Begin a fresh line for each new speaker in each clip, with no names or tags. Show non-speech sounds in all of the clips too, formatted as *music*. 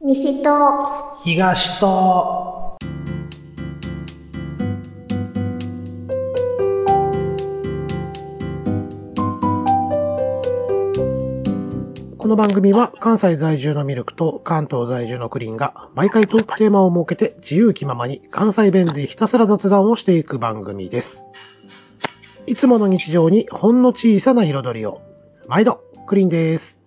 西と、
東と、この番組は関西在住のミルクと関東在住のクリンが毎回トークテーマを設けて自由気ままに関西弁でひたすら雑談をしていく番組です。いつもの日常にほんの小さな彩りを。毎度、クリンです。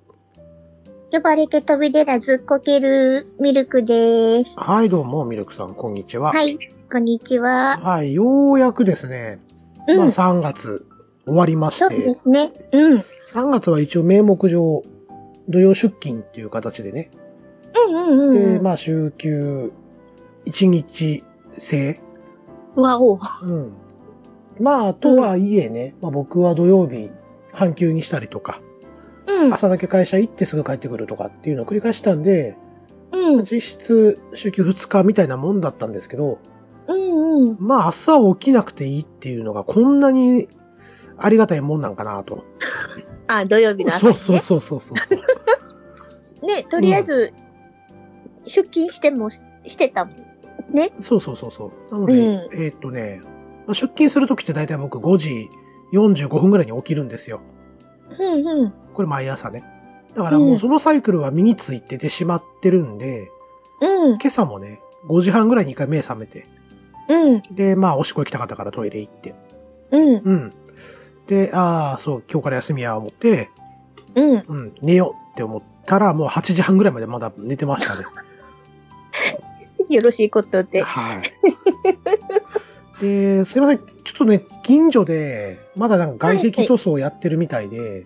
呼ばれて飛び出らずっこけるミルクです。
はい、どうも、ミルクさん、こんにちは。
はい、こんにちは。
はい、ようやくですね、
う
まあ
ん、
3月終わりまし
そうで
て、
すね。うん。うん
3月は一応名目上、土曜出勤っていう形でね、
うんうん。
で、まあ、週休1日制
わお。
うん。まあ、とはいえね、まあ、僕は土曜日、半休にしたりとか、
うん。
朝だけ会社行ってすぐ帰ってくるとかっていうのを繰り返したんで、
うん。
実質、週休2日みたいなもんだったんですけど、
うんうん。
まあ、朝起きなくていいっていうのが、こんなにありがたいもんなんかなと。
あ、土曜日の朝
そう
ね。
そうそうそうそう。
ね、とりあえず、出勤しても、してたもん。ね。
そうそうそうそう。なので、
う
えーっとね、まあ出勤するときって大体僕5時45分ぐらいに起きるんですよ。
うんうん。
これ毎朝ね。だからもうそのサイクルは身についててしまってるんで、
うん。
今朝もね、5時半ぐらいに一回目覚めて、
うん。
で、まあ、おしっこ行きたかったからトイレ行って、
うん。
うん。で、ああ、そう、今日から休みや思って、
うん。
うん、寝ようって思ったら、もう8時半ぐらいまでまだ寝てましたね。
よろしいことで。
はい。 *laughs* で、すいません、ちょっとね、近所で、まだなんか外壁塗装をやってるみたいで、
うんう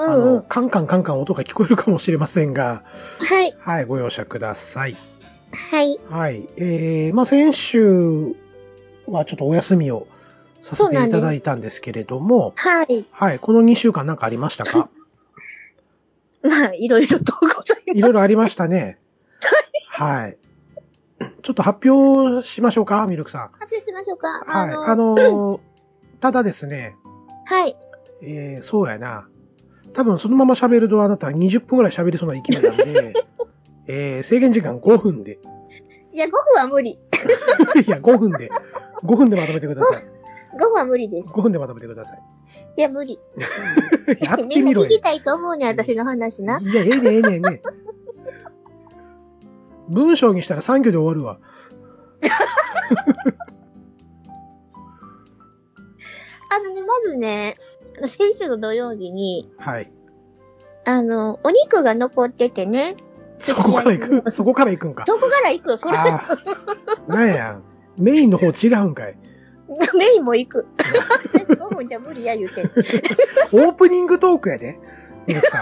あ
んう
の、
ん。
カンカンカンカン音が聞こえるかもしれませんが、
はい。
はい、ご容赦ください。
はい。
はい。えー、まあ先週はちょっとお休みをさせていただいたんですけれども、
はい。
はい。この2週間なんかありました *laughs* か
まあ、いろいろとございます。
いろいろありましたね。はい。ちょっと発表しましょうか、ミルクさん。
発表しましょうか。あ
はい。
の、
あのー、ただですね、
はい。
えー、そうやな。多分そのまま喋るとあなたは20分ぐらい喋りそうな勢いな
*laughs*
んで、えー、制限時間5分で。 *laughs*
いや、5分は無理。
いや、5分で。5分でまとめてください。
5分は無理です。
5分でまとめてください。
*laughs* いや、無理。
*laughs* やっ
み
て
んな
みろ
聞
よ
き。たいと思うね、私の話な。
いや、ええねええねええね。文章にしたら3行で終わるわ。
あのね、まずね、先週の土曜日に、
はい。
あの、お肉が残っててね、
そこから行く、そこから行くんか。
どこから行くそれ、
ああ。なんや。メインの方違うんかい。
*laughs* メインも行く。5分じゃ無理や言うて。
オープニングトークやで。ミルク
*laughs*
さ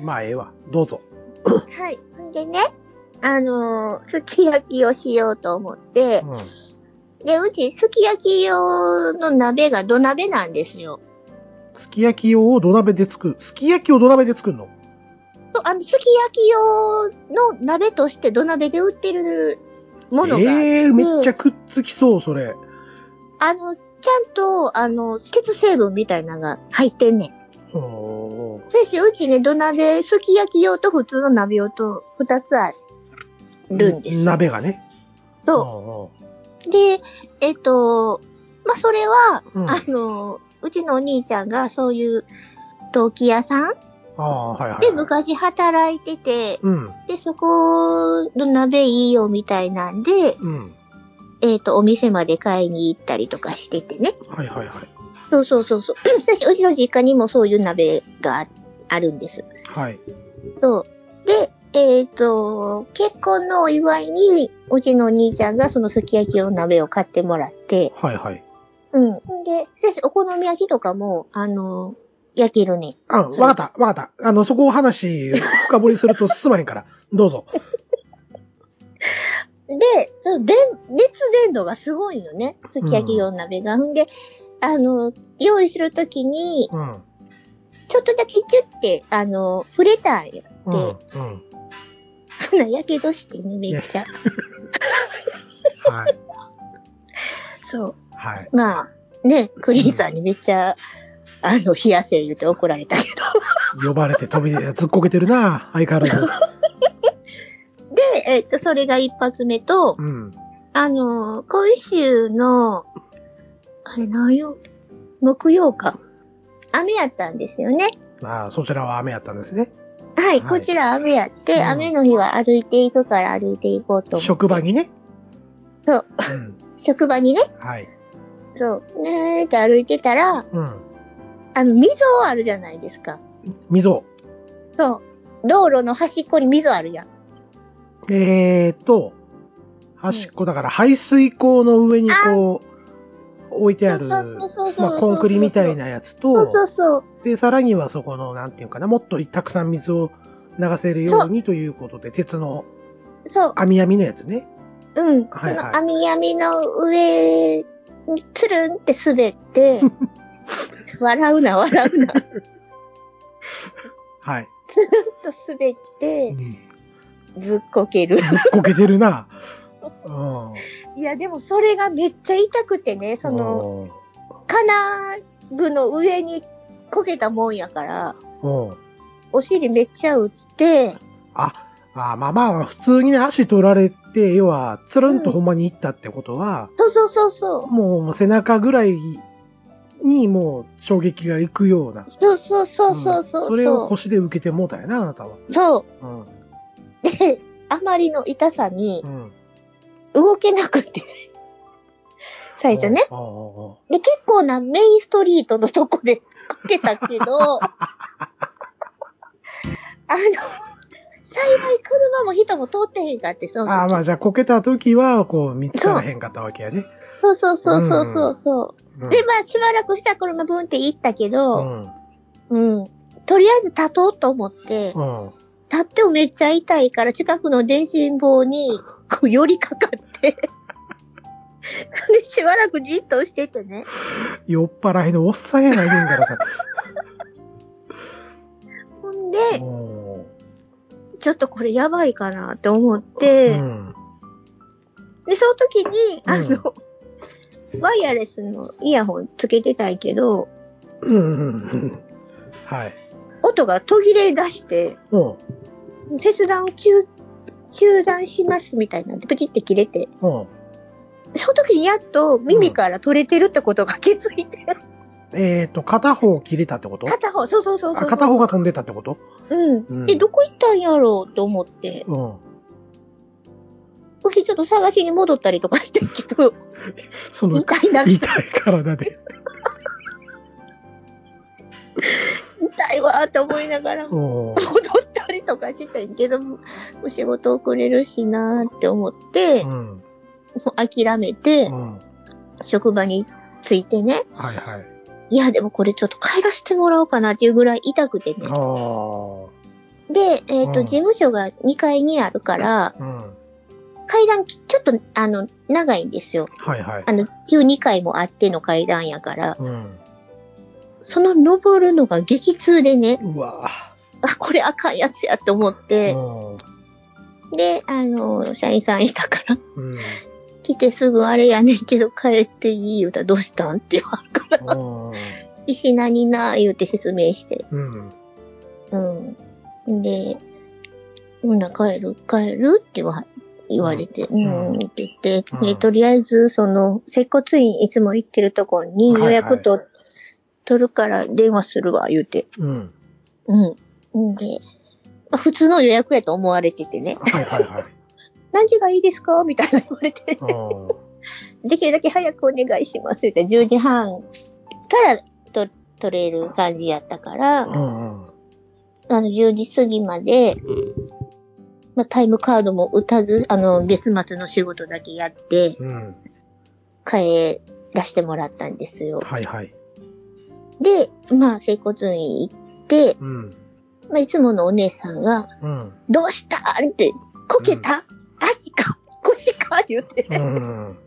ん。まあ、ええわ。どうぞ。
はい。ほんでね、あのすき焼きをしようと思って
う、ん。
で、うちすき焼き用の鍋が土鍋なんですよ。
すき焼き用を土鍋で作る。すき焼きを土鍋で作るの
とあの、すき焼き用の鍋として土鍋で売ってるものが、
ええめっちゃくっつきそう、それ。
あの、ちゃんと、あの、鉄成分みたいなのが入ってんねん。
ほー
せやし、うちね、土鍋、すき焼き用と普通の鍋用と二つあるんです。
鍋がね。
と、
ほ
で、えっと、まあ、それは、
うほううん。
あの、うちのお兄ちゃんがそういう陶器屋さん
ああ、はいはいはい。
で昔働いてて、
うん。
で、そこの鍋いいよみたいなんで、
うん。
えっ、と、お店まで買いに行ったりとかしててね。
はいはいはい。
そうそうそう *clears throat* そう。そしてうちの実家にもそういう鍋がああるんです。
はい。
そう。で、えっ、と、結婚のお祝いに、うちのお兄ちゃんがそのすき焼き用の鍋を買ってもらって、
はいはい。
うん。で、先生、お好み焼きとかも、あの、焼けるね。
あ、わかった、わかった。あの、そこを話、深掘りすると進まへんから。 *laughs* どうぞ。
で、そので熱伝導がすごいよね。すき焼き用の鍋が。ほんで、あの、用意するときに、
うん。うん。
ちょっとだけキュって、あの、触れたんよ。 *laughs*
うん。
ほな、やけどしてね、めっちゃ。
はい。
そ
はい。
う。まあ、ね、クリーンさんにめっちゃ、あの、冷やせ言うて怒られたけど。 *laughs*
呼ばれて飛び出、ずっこけてるな、相変わらず。
えっと、それが一発目と、
うん。
あのー、今週の、あれ何曜木曜か。雨やったんですよね。
ああ、そちらは雨やったんですね。
はい、
はい
こちら雨やって、
うん
雨の日は歩いていくから歩いていこうと思って。
職場にね。
そう。職場にね。
うん。はい。
そう。ねーって歩いてたら、
うん。
あの、溝あるじゃないですか。
溝。
そう。道路の端っこに溝あるやん。
えーと、端っこ、だから排水溝の上にこう、置いてある、
そうそうそうそう
まあコンクリみたいなやつと、
そうそうそう。
で、さらにはそこの、なんていうかな、もっとたくさん水を流せるようにということで、鉄の
そう。
網網のやつね。
うん。
はいはい
その網網の上につるんって滑 *laughs* って、笑うな、笑うな。ちょ
はい。
っと滑っ
う
て、
ん
ずっこける。
ずっこけてるな。うん。
*laughs* いや、でもそれがめっちゃ痛くてね、その、
うん、
金具の上にこけたもんやから、
うん。
お尻めっちゃ打って、
あ、あまあまあ、普通にね、足取られて、要は、つるんとほんまに行ったってことは、
そうそうそうそう。
もうもう背中ぐらいにもう衝撃が行くような。
そうそうそうそうそう。
んそれを腰で受けてもうたんやな、あなたは。
そう。
うん。
で、あまりの痛さに
うん。
動けなくて。最初ね。
うん。うんうんうん
で、結構なメインストリートのとこでかけたけ
*laughs*
ど、あの、幸い車も人も通ってへんかって、その時
ああ、まあじゃあ、こけた時は、こう、見つからへんかったわけやね。
そうそうそうそうそうそう、
うん
で、まあ、しばらくしたら車ブンって行ったけ
う
ど、
ん。うん。
うん、とりあえず立とうと思って、立ってもめっちゃ痛いから、近くの電信棒に、こう、寄りかかって。 *laughs* で、しばらくじっとしててね。
酔っ払いのおっさんやないねんから
*laughs*
さ。
ほんで、
うん
ちょっとこれやばいかなって思って、
うん。
で、その時に、
うん
あの、ワイヤレスのイヤホンつけてたんやけど、
うんうんうん。はい。
音が途切れ出して、
うん。
切断を中中断しますみたいなんで、プチって切れて、
うん。
その時にやっと耳から取れてるってことが気づいて、
えっ、と、片方切れたってこと
片方、そうそうそうそう
あ片方が飛んでたってこと
うん。
うん
で、どこ行ったんやろうと思って、
うん。
僕ちょっと探しに戻ったりとかしてんけど、
その、
痛いな、痛
痛い体で。
いわーって思いながら、
うん。
戻ったりとかしてんけど、もう仕事遅れるしなーって思って、
うん。
もう諦めて
う、ん。
職場に着いてね、
はいはい。
いや、でもこれちょっと帰らせてもらおうかなっていうぐらい痛くてね
あ。あ。
で、えっ、
う
と、事
ん
務所が2階にあるから、
うん。
階段きちょっと、あの、長いんですよ。
はいはい
あ。の、12階もあっての階段やから、
うん。
その登るのが激痛でね、
うわ
あ、これあかんやつやと思っ
う
て、
ん。
で、あの、社員さんいたから、
うん。
来てすぐあれやねんけど帰っていい言うたらどうしたんって言われるから、石何な言うて説明して、
うん。
うん。で、ほな、帰る、帰るって言わ言われて、うん、
うん
って言って、
う
で、
ん
とりあえず、その、接骨院いつも行ってるとこに
はい
予
はい
約と、取るから電話するわ、言うて。
うん。
うん。んで、まあ普通の予約やと思われててね、
はいはいはい。
何時がいいですかみたいな言われて、 *laughs*
うん。
できるだけ早くお願いします、言って、10時半からと取れる感じやったから、
うん。
あの、10時過ぎまで、まあ、タイムカードも打たず、あの、月末の仕事だけやって、
うん。
帰らしてもらったんですよ。
はいはい。
で、まあ、整骨院行って、
うん。
まあ、いつものお姉さんが、
うん。
どうしたんって、こけた、足か腰かって言って、
*laughs* うん。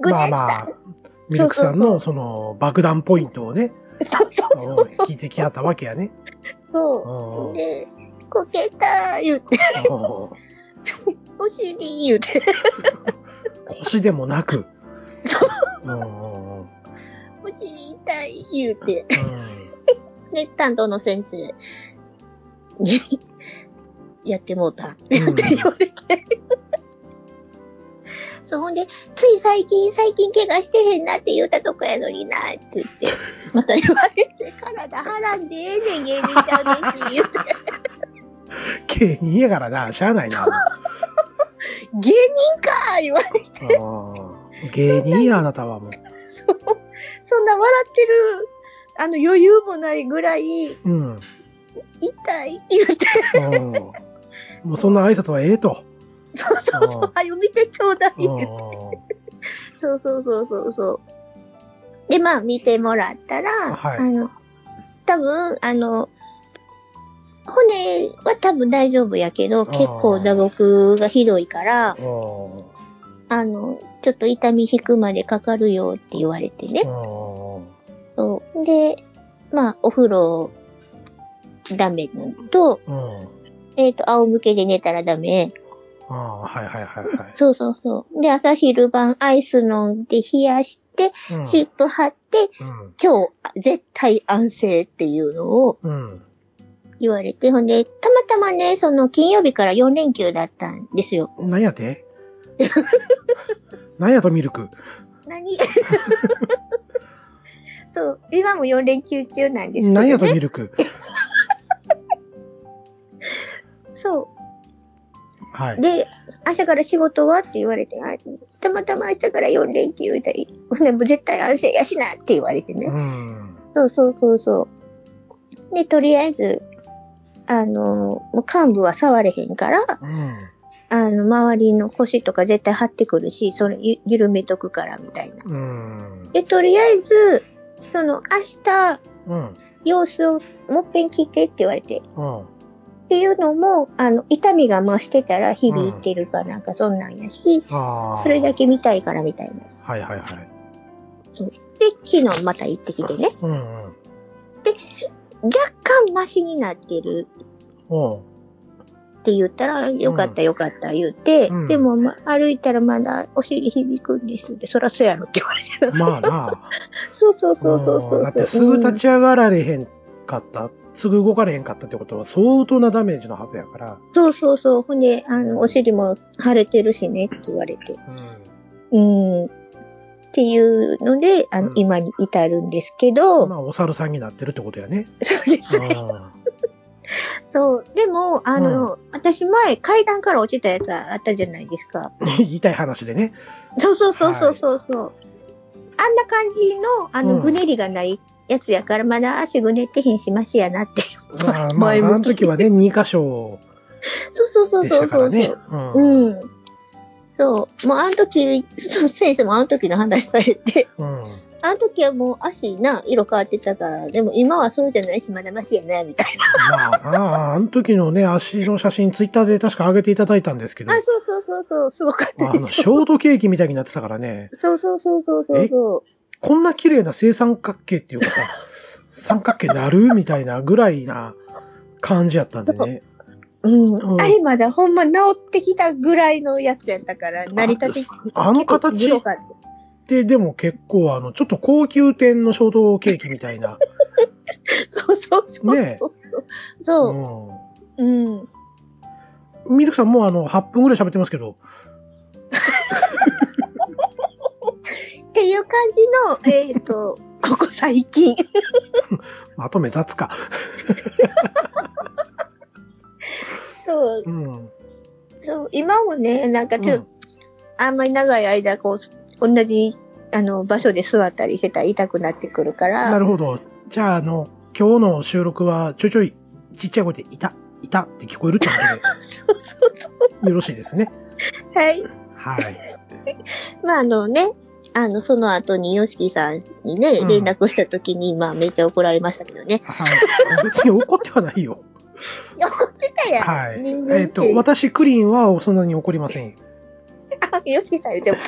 ぐね
まあ
った、
まあ、ミルクさんのその爆弾ポイントをね、
そうそう
うん
そうそう
聞いてきはったわけやね。う
そ
ん
う。。で、こけた言って、
うん
お尻言って、
腰でもな *laughs* く。うんうんうん
お尻痛い言うて。で、担当の先生に、やってもうたって言われて、 *laughs* そう、ほんで、つい最近、最近怪我してへんなって言うたとこやのにな、って言って、また言われて、体はらんでええねん、芸人ちゃうねんし、言って、
芸人やからな、しゃあないな。
芸人かー言われて、
うん芸人や、あなたはもう。
そうそんな笑ってる、あの、余裕もないぐらい、
うん。うん
痛い言って、
もうそんな挨拶はええと。
そうそうそう、はよ見てちょうだい、
うん
言ってそうそうそうそうそう。で、まあ見てもらったら、
はい
あの、多分、あの、骨は多分大丈夫やけど、
ー
結構打撲がひどいから、
うん
あの、ちょっと痛み引くまでかかるよって言われてね。
うん
そうで、まあお風呂ダメなのと、
うん
えっ、と、仰向けで寝たらダメ。
ああ、はいはいはいは
そうそうそう。で、朝昼晩アイス飲んで冷やして、
い。うん
湿布貼って、
うん
今日、絶対安静っていうのを
うん。
言われて、ほんで、たまたまね、その金曜日から4連休だったんですよ。
何やて *laughs* 何やとミルク。
何 *laughs* そう、今も4連休中なんですけど、
何やと
ね。
ミルク。
そ
は
う。
い。
で、明日から仕事はって言われて、あたまたま明日から4連休だい。ほんで、もう絶対安静やしなって言われてね。
うん。
そうそうそうそう。で、とりあえず、あの、もう幹部は触れへんから、
うん。
あの、周りの腰とか絶対張ってくるし、それゆ緩めとくからみたいな。
うん。
で、とりあえず、その、明日、
うん。
様子をもっぺん聞いてって言われて。っ
うん。
ていうのも、あの、痛みが増してたら、日々行ってるかなんかそんなんやし、
ああ。
それだ。け見たいからみたいな。で、
はいはいはい。
昨日また行ってきてね。
うんうん。
若干マシになってる
おう
って言ったら、よかったよかった言って、
うん
でも、ま、歩いたらまだお尻響くんですって、そらそうやろって言われて
*laughs*
た。
まあな。
そうそうそうそうそうそう。
んだってすぐ立ち上がられへんかった。すぐ動かれへんかったってことは相当なダメージのはずやから。
そうそうそう。ほんで、あの、お尻も腫れてるしねって言われて。
うん。
うーん。っていうので、あの、
うん
今に至るんですけど、
まあ、お猿さんになってるってことやね。
そうですね。
あ
そう。でも、あの、私前、階段から落ちたやつあったじゃないですか。
あ *laughs* 言いたい話でね。
そうそうそうそうそうそう。あんな感じの、あ
う
の、
ん
ぐねりがないやつやから、まだ足ぐねってへんしましやなって。 *laughs*
まあ、まあ、あ
前向き
の時はね、2箇所
そうそうそう
でし
そ
た
うそ
から
う
ね。
う
うん
ん。そう。もうあの時、 *laughs* そう先生もあの時の話されて、
うん。
あの時はもう足な、色変わってたから、でも今はそうじゃないし、まだましやな、みたい
まあなあ、あの時のね、足の写真、ツイッターで確か上げていただいたんですけど、
な。あ、
あ
そうそうそう、そうすごかったで
の、シ
しょ。
ョートケーキみたいになってたからね、
そうそうそうそうそうそう。
こんな綺麗な正三角形ってい
*laughs*
うかさ、三角形なるみたいなぐらいな感じやったんでね。
うん。
うん
あれまだほんま治ってきたぐらいのやつやったから、成り立て。
あの形
結構黒かった
で、でも結構あの、ちょっと高級店のショートケーキみたいな。
そうそうそう。
ね
そうそう。う
う
ん。
ん。ミルクさんもうあの、8分ぐらい喋ってますけど、
っていう感じの、
*laughs*
えっ、と、ここ最近。
あと目立つか。
そう。
うん。
そう今もね、なんかちょっと、
うん
あんまり長い間、こう、同じ、あの、場所で座ったりしてたら痛くなってくるから。
なるほど。じゃあ、あの、今日の収録はちょいちょいちっちゃい声で、いた、いたって聞こえるって
*laughs*
ことで、よろしいですね。
はい。
はい。
まあ、あのね、あの、その後に、ヨシキさんにね、
うん
連絡した時に、まあ、めっちゃ怒られましたけど
*laughs*
ね。
はい。別に怒ってはないよ。
いや怒ってたやん。
はい。
人間
えっ
って。
と、私、クリーンはそんなに怒りま
*laughs*
せんよ。
あ、ヨシキさん言っても。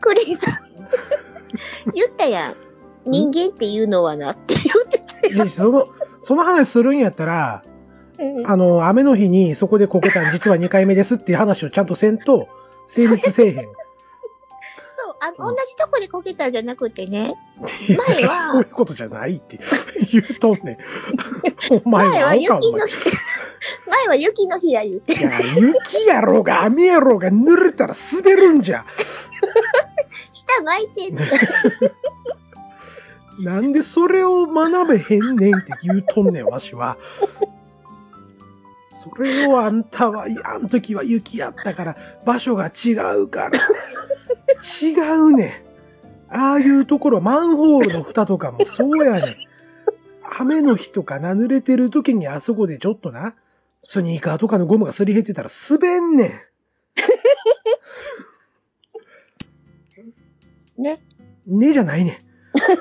クリーンさん。言ったやん。人間っていうのはなって言って
でその、その話するんやったら、
たやん。
あの、雨の日にそこでこけたん実は2回目ですっていう話をちゃんとせんと、成立せえへん。
そう、あの、
うん
同じとこでこけたんじゃなくてね、
い
前
や *laughs* そう
は
い *laughs* う、ことじゃないって言うとんねん。お
*laughs*
前
前
は
は
青
雪
か、お前
の。日、 *laughs* 前は雪の日や言うて。
いや、雪やろうが雨やろうが濡れたら滑るんじゃ。
下巻いてる。
なんでそれを学べへんねんって言うとんねん、わしは。それをあんたは、いやあん時は雪やったから、場所が違うから。違うねん。ああいうところ、マンホールの蓋とかもそうやねん。雨の日とかな、濡れてる時にあそこでちょっとな、スニーカーとかのゴムがすり減ってたら滑んねん。
ね。
ねじゃないねん。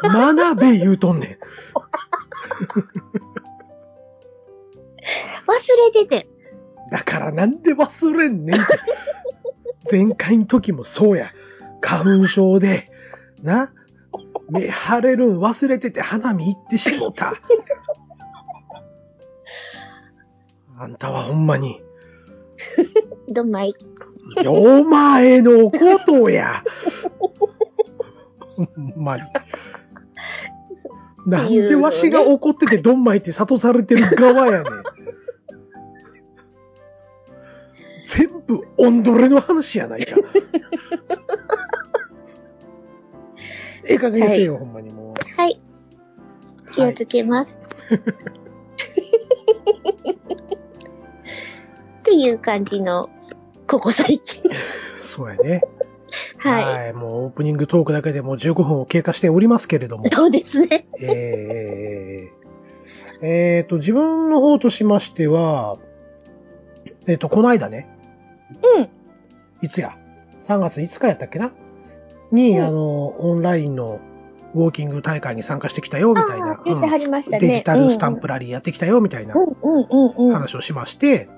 学べ言うとんねん。
忘れてて。
だからなんで忘れんねんって。前回の時もそうや。花粉症で、な、目腫れるん忘れてて花見行ってしもた。あんたはほんまに、
どんまい。
お前のことや。ほんまに。 *laughs* なんでわしが怒っててドンマイって諭されてる側やねん。全部オンドレの話や
*laughs*
ないか。ええ加減にせよ、ほんまにもう。
はい。気
は
を
い
つけます。っていう感じの、ここ最近。
そうやね。
はい。
い。もうオープニングトークだけでもう15分を経過しておりますけれども。
そうですね。
えーえーえーえーと、自分の方としましては、えっ、と、この間ね。
うん。
いつや ?3 月5日やったっけなに、
うん
あの、オンラインのウォーキング大会に参加してきたよ、みたい
あ
な
あ、。言っては
うん
りましたね。
デジタルスタンプラリーやってきたよ、みたいな
うんうんうんうん。
話をしまして、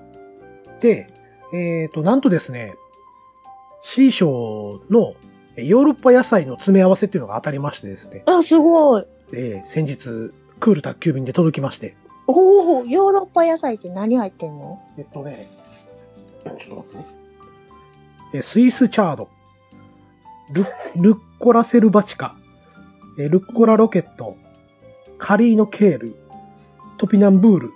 で、えっ、と、なんとですね、C 賞のヨーロッパ野菜の詰め合わせっていうのが当たりましてですね、
あ、すごい。
で先日、クール宅急便で届きまして、
おお、ヨーロッパ野菜って何入ってんの
えっとね、ちょっと待ってね。えスイスチャード、ル *laughs* ルッコラセルバチカ、えルッコラロケット、カリーノケール、トピナンブール。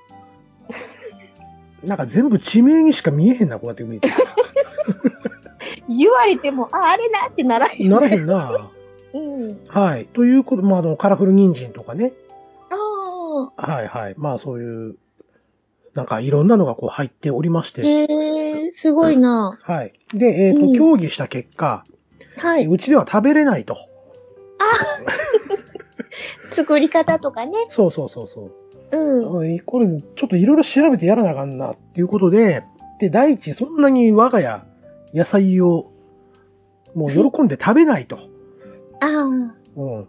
なんか全部地名にしか見えへんな、こうやって見えて。
言われても、あ、あれだってならへん。
ならへん *laughs* な。
うん。
はい。ということ、まあ、あの、カラフル人参とかね。
ああ。
はいはい。まあ、そういう、なんかいろんなのがこう入っておりまして。
へえ、すごいな。
はい。で、えっ、と、
うん
協議した結果、。
はいう
ちでは食べれないと。
作り方とかね。
そうそうそうそう。
うん。
おいこれ、ちょっといろいろ調べてやらなあかんな、っていうことで、で、第一、そんなに我が家、野菜を、もう喜んで食べないと。
あ
うん。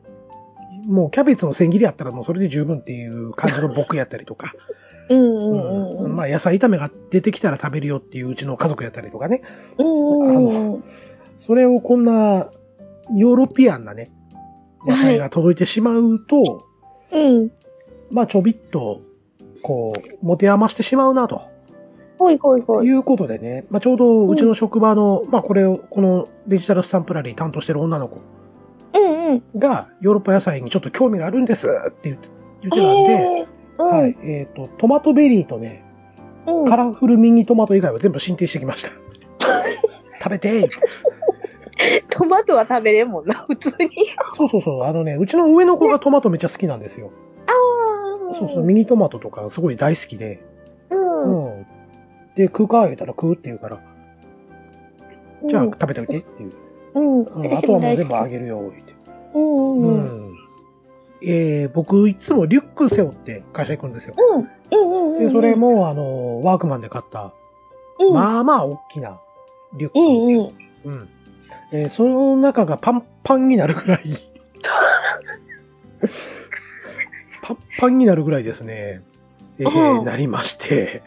もうキャベツの千切りやったらもうそれで十分っていう感じの僕やったりとか。
あ。 *laughs* うん
う
うんうんうん
ん。まあ野菜炒めが出てきたら食べるよっていううちの家族やったりとかね。
うんうんうん。
それをこんなヨーロピアンなね、野菜が届いてしまうと、
うん。
まあちょびっと、こう、持て余してしまうなと。
ほいほいほ
と
い。
いうことでね、まあ、ちょうどうちの職場の、まあ、これを、このデジタルスタンプラリー担当してる女の子
うんうん。
が、ヨーロッパ野菜にちょっと興味があるんですって言って言って
ええ。
たんで、
う
は
ん
い。えっ、と、トマトベリーとね、
うん。
カラフルミニトマト以外は全部進呈してきま *laughs* した。食べて
トマトは食べれんもんな、 *laughs* 普通に。
そうそうそう、あのね、うちの上の子がトマトめっちゃ好きなんですよ。
ああ。
そうそう、ミニトマトとかすごい大好きで、
う。
うんん。で、食うか言うたら食うって言うから、じゃあ食べておいてっていう。
うん。うん。
うん、あ
私
と
も
はもう
大
全部
好
あ
き。
げるよ、言って。
うんうんうん。
えー僕、いつもリュック背負って会社行くんですよ。
うんうんうんう
で、
ん。
それも、あの、ワークマンで買った、
うん。
まあまあ大きなリュック。
うんうん。
うんえーその中がパンパンになるぐらい。パンパンになるぐらいですね。えー
うん
なりまして。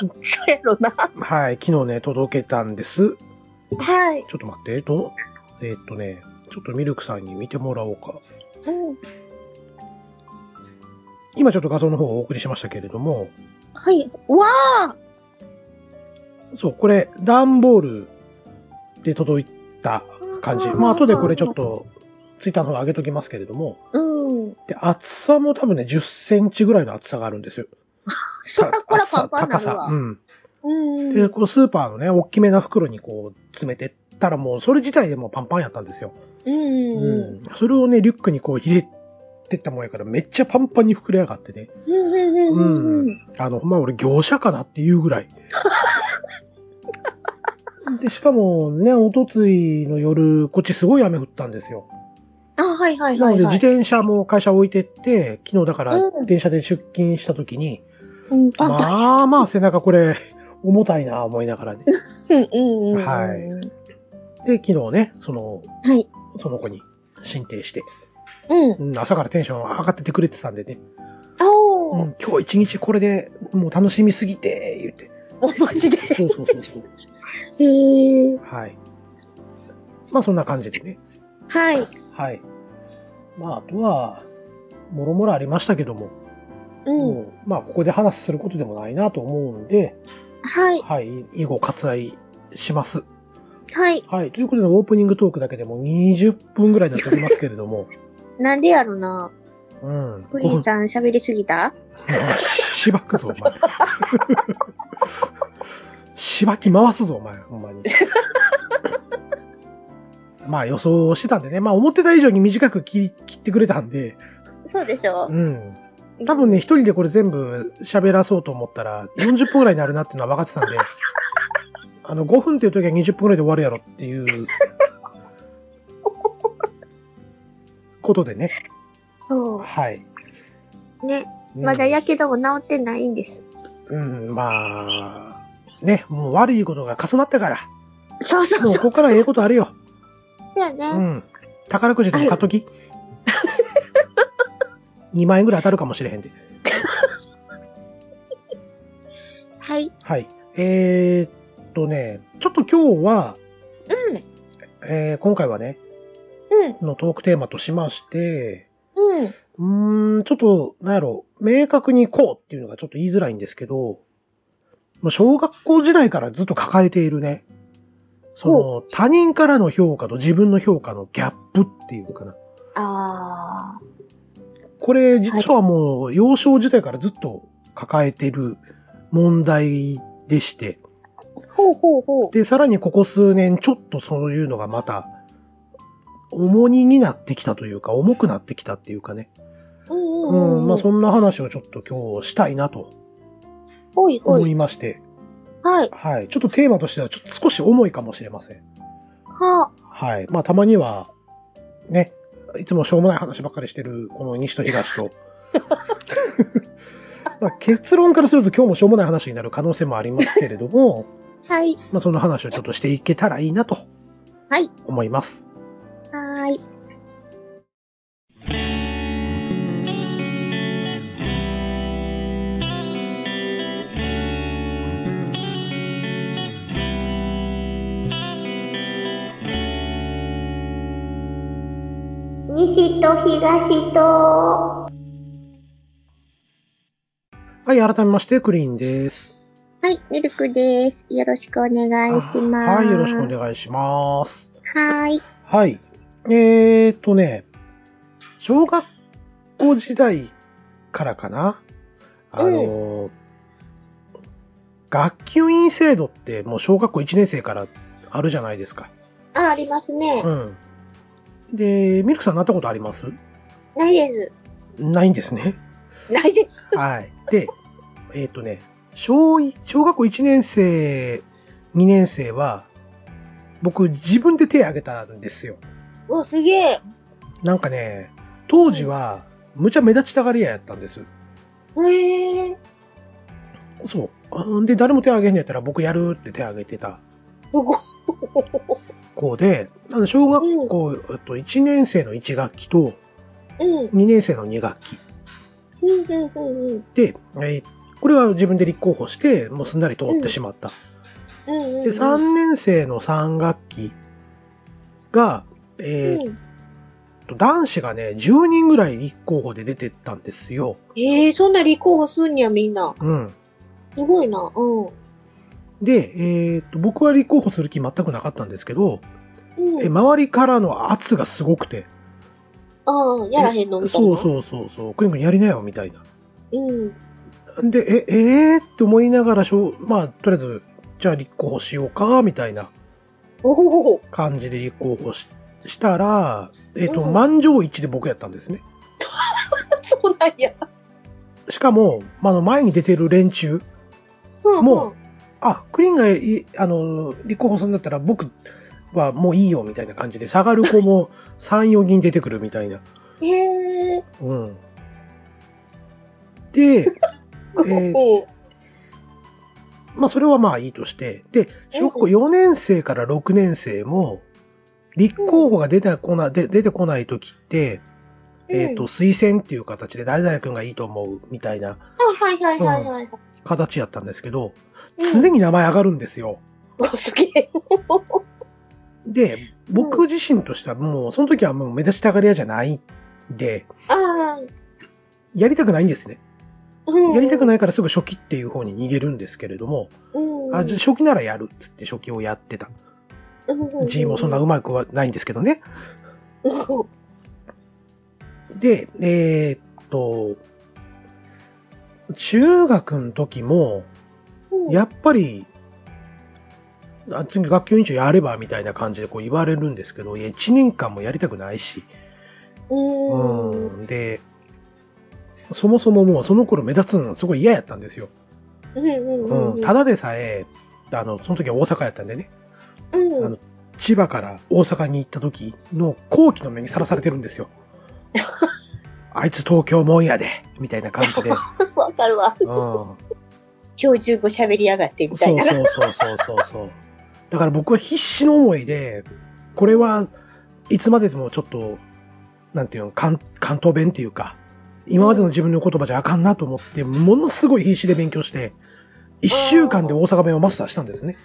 そうやろな。
はい、昨日ね、届けたんです。
はい。
ちょっと待って、えっと、えーっとね、ちょっとミルクさんに見てもらおうか。
うん。
今ちょっと画像の方をお送りしましたけれども、
はい。わあ
そう、これ、段ボールで届いた感じ。まあ、後でこれちょっ。と、ツイッターの方上げときますけれども、
うん。
で、厚さも多分ね、10センチぐらいの厚さがあるんですよ。
*laughs* そらこらパンパンな
高
る
さ
わ。。
うん。
うん。
で、こうスーパーのね、大きめな袋にこう詰めてったらもうそれ自体でもうパンパンやったんですよ。
うん。
う。
うん
それをね、リュックにこう入れてったもんやからめっちゃパンパンに膨れ上がってね。
ん。うん。うん。うん。
あの、ほんま俺業者かなっていう *laughs* ぐらい。で、しかもね、おとついの夜、こっちすごい雨降ったんですよ。
あ、はいはい
な
は
の
い、
で
は
自
い。
転車も会社置いてって、昨日だから
うん
電車で出勤した時に、
うん、パンパン。
まあまあ背中これ、重たいな思いながらね。
うんうんうん。
はいで、昨日ね、その、
はい。
その子に進呈して、
うん。
うん朝からテンション上がっててくれてたんでね、
あお
う
ー
ん、今日一日これでもう楽しみすぎて、言 *laughs* って。
お、マジで。
そうそうそうそう。
へえ。
はい。まあそんな感じでね。
はい。
はい。まああとは、もろもろありましたけども、
うん。
もうまあここで話することでもないなと思うんで、
はい。
はい、以後割愛します。
はい。
はい。ということでオープニングトークだけでも20分ぐらいになっておりますけれど
*laughs*
も、
なんでやろな。
うん。
プリンさん喋りすぎた
お前しばくぞ、お前。しばき回すぞ、お前、ほ
*laughs*
んまに。まあ予想してたんでね、まあ思ってた以上に短く切り切ってくれたんで、
そうでしょ
うん。多分ね、一人でこれ全部喋らそうと思ったら、40分ぐらいになるなっていうのは分かってたんで、あの、5分っていう時は20分ぐらいで終わるやろっていう、ことでね。
そ
はい。
う。ね。まだやけども治ってないんです。
うん、まあ、ね、もう悪いことが重なったから、
そうそう
もう
そ
ここからええことあるよ。
う。だよね。
うん。宝くじでも買っとき。2万円ぐらい当たるかもしれへんで。
はい。
はい。えー、っとね、ちょっと今日は、
うん。
えー今回はね、
うん。
のトークテーマとしまして、
うん。
うーん、ちょっと、なんやろ、明確にこうっていうのがちょっと言いづらいんですけど、もう小学校時代からずっと抱えているね、その他人からの評価と自分の評価のギャップっていうのかな。
あー。
これ実はもう幼少時代からずっと抱えてる問題でして、
ほうほうほう。
で、さらにここ数年ちょっとそういうのがまた重荷になってきたというか、重くなってきたっていうかね。
うんう
うん、
うんん。
まあそんな話をちょっと今日したいなと
ほいほ
思
い。
いまして、
はい。
はい。ちょっとテーマとしてはちょっと少し重いかもしれません。
は
はい。まあたまには、ね、いつもしょうもない話ばっかりしてるこの西と
*laughs*
東と。まあ結論からすると今日もしょうもない話になる可能性もありますけれども、
あ。はい。
まあその話をちょっとしていけたらいいなと
はい。
思います。
はーい。西と東と。
はい、改めまして、クリーンです。
はい、ミルクです。よろしくお願いします。
はい、よろしくお
い
願いします。
はーい。
はい。えーっとね、小学校時代からかな。あの、学級委員制度ってもう小学校1年生からあるじゃないですか。
あ、ありますね
う。ん。で、ミルクさんなったことあります
ないです。
ないんですね。
ないです。
はい。で、えーっとね、小一、小学校1年生、2年生は、僕自分で手挙げたんですよ。
うわ、すげえ。
なんかね、当時は、むちゃ目立ちたがり屋やったんです。
へえ。
そうあ。で、誰も手挙げんのやったら僕やるって手挙げてた
すごい。
子で、あの小学校、えっと1年生の1学期と
うん。
2年生の2学期
うんうんうんうん。
で、えーこれは自分で立候補して、もうすんなり通ってしまった。
うんうん。
で、3年生の3学期が、えーっ
うん。
と、男子がね、10人ぐらい立候補で出てったんですよ。
ええそんな立候補すんにや、みんな。
うん。
すごいな。うん。
で、えーっと、僕は立候補する気全くなかったんですけど、
う
え
ん。
周りからの圧がすごくて。
ああ、やらへんのみたい
そ
な。
うそうそうそう。クリン君やりなよみたいな。
う。うん。
で、え、えー、って思いながらしょう、まあ、とりあえず、じゃあ立候補しようか、みたいな
おお。
感じで立候補ししたら、えっ、と、
うん
満場一致で僕やったんですね。
*laughs* そうなんや。
しかも、まあ、あの前に出てる連中、
うん
もう、あ、クリーンがい、あの、立候補するんだったら僕はもういいよみたいな感じで、下がる子
*laughs*
も3、4人出てくるみたいな。
うん。へえ。
うん。で、えー
うん。
まあ、それはまあいいとして、で、小学校4年生から6年生も、立候補が出てこな、で出てこないときって、えっ、と、推薦っていう形で誰々君がいいと思うみたいな
あ、はいはいはいはい。
形やったんですけど、
う
常
ん、
に名前上がるんですよ。
おすげえ。
で、僕自身としてはもう、その時はもう目立ちたがり屋じゃないんで、
*laughs* ああ。
やりたくないんですね。
うん。
やりたく
い。
ないからすぐ初期っていう方に逃げるんですけれども、
うん。
あじゃあ初期ならやるっつって初期をやってた。
うん、
G もそんな
う
うまくはないんですけどね。
ん。
で、えーっと、中学の時も、
うん、
やっぱり、あ次学級委員長やればみたいな感じでこう言われるんですけど、いや、1年間もやりたくないし、
うん。
うん、で、そもそももうその頃目立つのすごい嫌やったんですよ。
うん。
う、
うんん。
ただでさえ、あの、その時は大阪やったんでね、
うん。
あの千葉から大阪に行った時の後期の目にさらされてるんですよ。あいつ東京もんやで、みたいな感じで。うん、
わかるわ。
そ
今日中語喋りやがってみ
う
たい
そう
な。
そうそうそうそう。だから僕は必死の思いで、これはいつまででもちょっと、なんていうの、関関東弁っていうか、今までの自分の言葉じゃあかんなと思って、ものすごい必死で勉強して、1週間で大阪弁をマスターしたんですね。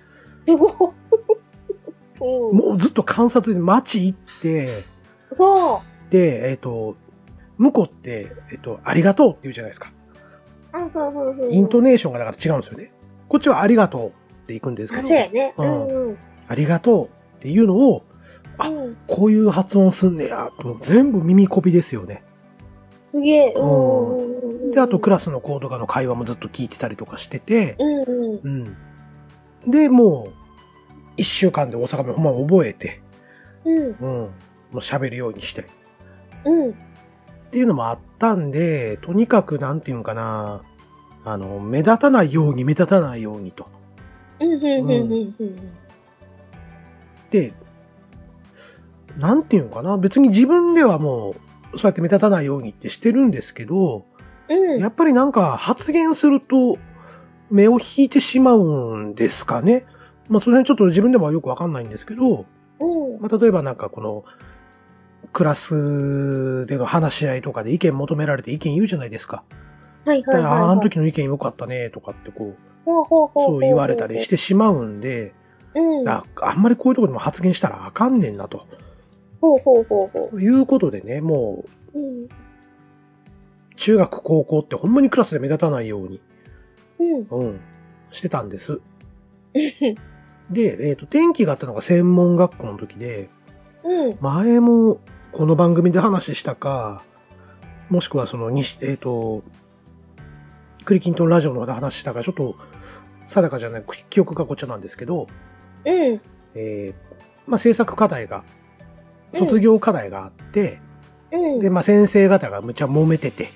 すごい。うん。
もうずっと観察で街行って、
そう。
で、えっ、と、向こうって、えっ、と、ありがとうって言うじゃないですか。
うんうんうんうん
イントネーションがだから違うんですよね。こっちはありがとうって行くんですけ
あ、
ど、
そうやね。
う
うんんうん。
ありがとうっていうのを、あ
うん
こういう発音すんねや、もう全部耳こびですよね。
すげえ。
うん
うん。
で、あとク
ラ
ラスの子とかの会話もずっと聞いてたりとかしてて、
うんうん。
うん。で、もう、一週間で大阪弁ほんま覚えて、
うん
うん。もう喋るようにして。
うん。
っていうのもあったんで、とにかくなんていうんかな、あの、目立たないように目立たないようにと。
うんうんうんうんうん。
で、なんていうんかな、別に自分ではもう、そうやって目立たないようにってしてるんですけど、
うん。
やっぱりなんか発言すると目を引いてしまうんですかね。まあその辺ちょっと自分でもよくわかんないんですけど、
うん。
まあ例えばなんかこの、クラスでの話し合いとかで意見求められて意見言うじゃないですか。
はいはいは
だ
い
か
はい。
らああの時の意見良かったねとかってこう、
ほうほうほうほ。
そう言われたりしててしまうんで、
うん。
ああんまりこういうところでも発言したらあかんねんなと
ほうほうほうほ
いうことでね、もう
う。うん。
中学高校ってほんまにクラスで目立たないように、
うん。
うん、してたんです。で、えっ、と、天気があったのが専門学校の時で、
うん。
前もこの番組で話したか、もしくはその西、えっ、と、クリキントンラジオの話したか、ちょっと定かじゃない、記憶がこっちゃなんですけど、
うん。
えーまあ、制作課題が、卒業課題があって、
うん。
で、まあ、先生方がむちゃ揉めてて、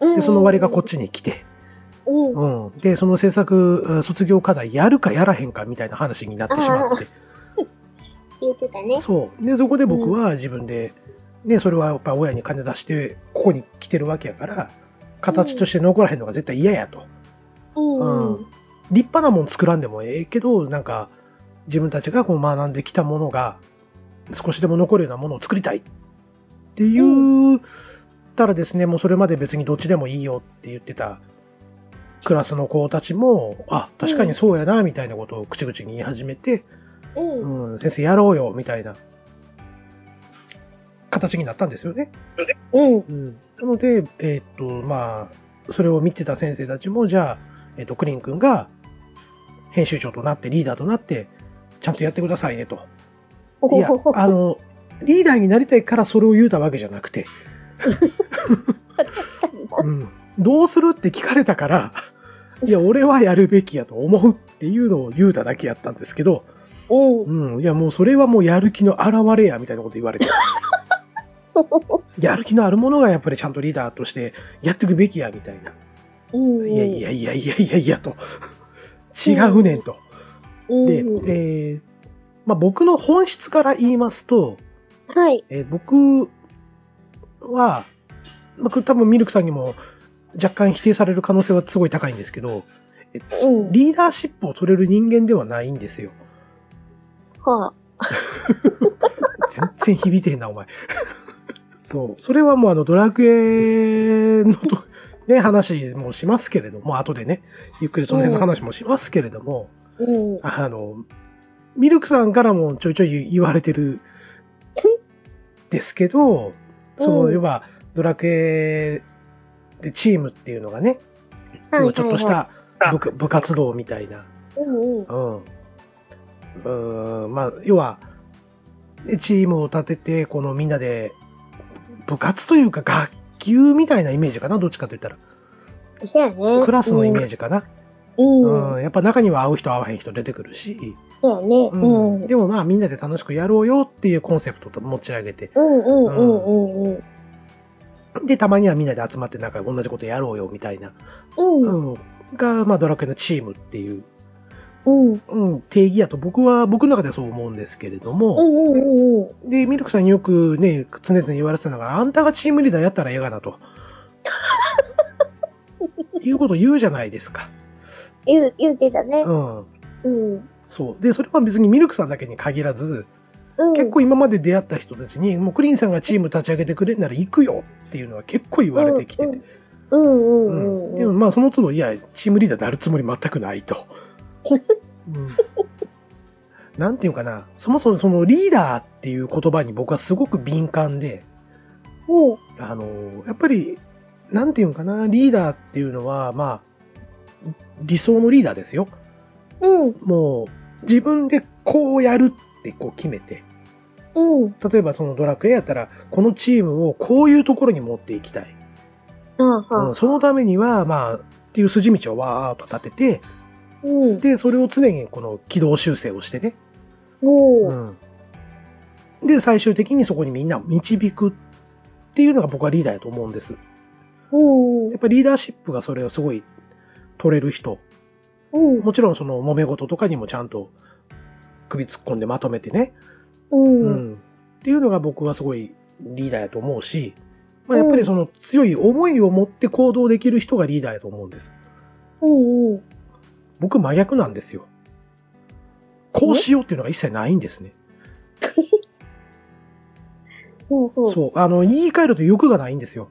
うん、
で、その割がこっちに来て、
うん。
うん。で、その制作、うん卒業課題やるかやらへんかみたいな話になってしまって、
言ってたね。
そう。で、そこで僕は自分で、ね、それはやっぱ親に金出して、ここに来てるわけやから、形として残らへんのが絶対嫌やと。
うん。
うん立派なもん作らんでもええけど、なんか、自分たちがこう学んできたものが、少しでも残るようなものを作りたいって言ったらですね、もうそれまで別にどっちでもいいよって言ってたクラスの子たちも、あ、確かにそうやな、みたいなことを口々に言い始めて、
うん。
うん、先生やろうよ、みたいな形になったんですよね。
うん。
うん、なので、えーっと、まあ、それを見てた先生たちも、じゃあ、えーっと、クリン君が編集長となって、リーダーとなって、ちゃんとやってくださいねと。いや、あの、リーダーになりたいからそれを言うたわけじゃなくて、うん、どうするって聞かれたから、いや、俺はやるべきやと思うっていうのを言うただけやったんですけど、
お *laughs* う。
うん、いや、もうそれはもうやる気の表れや、みたいなこと言われて、やる気のあるものがやっぱりちゃんとリーダーとしてやっていくべきや、みたいな。
うん。
いやいやいやいやいやいやと、違うねんと。
うん。
で、えーまあ、僕の本質から言いますと、
はい。
えー僕は、まあ、これ多分ミルクさんにも若干否定される可能性はすごい高いんですけど、
うん。
リーダーシップを取れる人間ではないんですよ。
は
全然響いてへんな、お前。そう。それはもうあの、ドラクエのと、ね、話もしますけれども、後でね、ゆっくりその辺の話もしますけれども、
あ。うん。
あの、ミルクさんからもちょいちょい言われてるですけど、そうう、
ん
要は、ドラクエでチームっていうのがね、要はちょっとし
はいはいはい。
た部下部活動みたいな、
うんうん。
うん。うーん、まあ、要は、でチームを立てて、このみんなで、部活というか学級みたいなイメージかな、どっちかと言ったら。
そうやね。
クラスのイメー
ジ。
ジかな。
うん。
うん、やっぱ中には合う人合わへん人出てくるし、
そうやね。う。
うん
うんん
でもまあみんなで楽しくやろうよっていうコンセプトと持ち上げて、
うんうんうんうん。
で、たまにはみんなで集まってなんか同じことやろうよみたいな、
う。
うんん、が、まあドラクエのチームっていう、
うん。
うん、定義やと僕は、僕の中ではそう思うんですけれど
う
も、
んうんうんうん。
で、ミルクさんによくね、常々言われてたのが、あんたがチームリーダーやったらええが
*laughs*
なと。いうこと言うじゃないですか。
言う、言うてたね。
うん。
うん。
そう。で、それは別にミルクさんだけに限らず、
うん。
結構今まで出会った人たちに、もうクリーンさんがチーム立ち上げてくれんなら行くよっていうのは結構言われてきてて、
うんう
うん
んうん。
でもまあその都度、いや、チームリーダーになるつもり全くないと。うんなんていうかな、そもそもそのリーダーっていう言葉に僕はすごく敏感で、
うん。
あの、やっぱり、なんていうのかな、リーダーっていうのは、まあ、理想のリーダーですよ。
うん。
もう、自分でこうやるってこう決めて、
うん。
例えばそのドラクエやったら、このチームをこういうところに持っていきたい。
はあ
う
は
ん
あ。
そのためには、まあ、っていう筋道をわーっと立てて、
うん。
で、それを常にこの軌道修正をしてね。
おう。
うんで、最終的にそこにみんなを導くっていうのが僕はリーダーやと思うんです。
うん
やっ。ぱリーダーシップがそれをすごい取れる人。
うん。
もちろんその揉め事とかにもちゃんと首突っ込んでまとめてね。
う。
うんん、っていうのが僕はすごいリーダーやと思うし、まあ、やっぱりその強い思いを持って行動できる人がリーダーやと思うんです。
うんうん。
僕真逆なんですよ。こうしようっていうのが一切ないんですね。
そうそう。
そう。あの、言い換えると欲がないんですよ。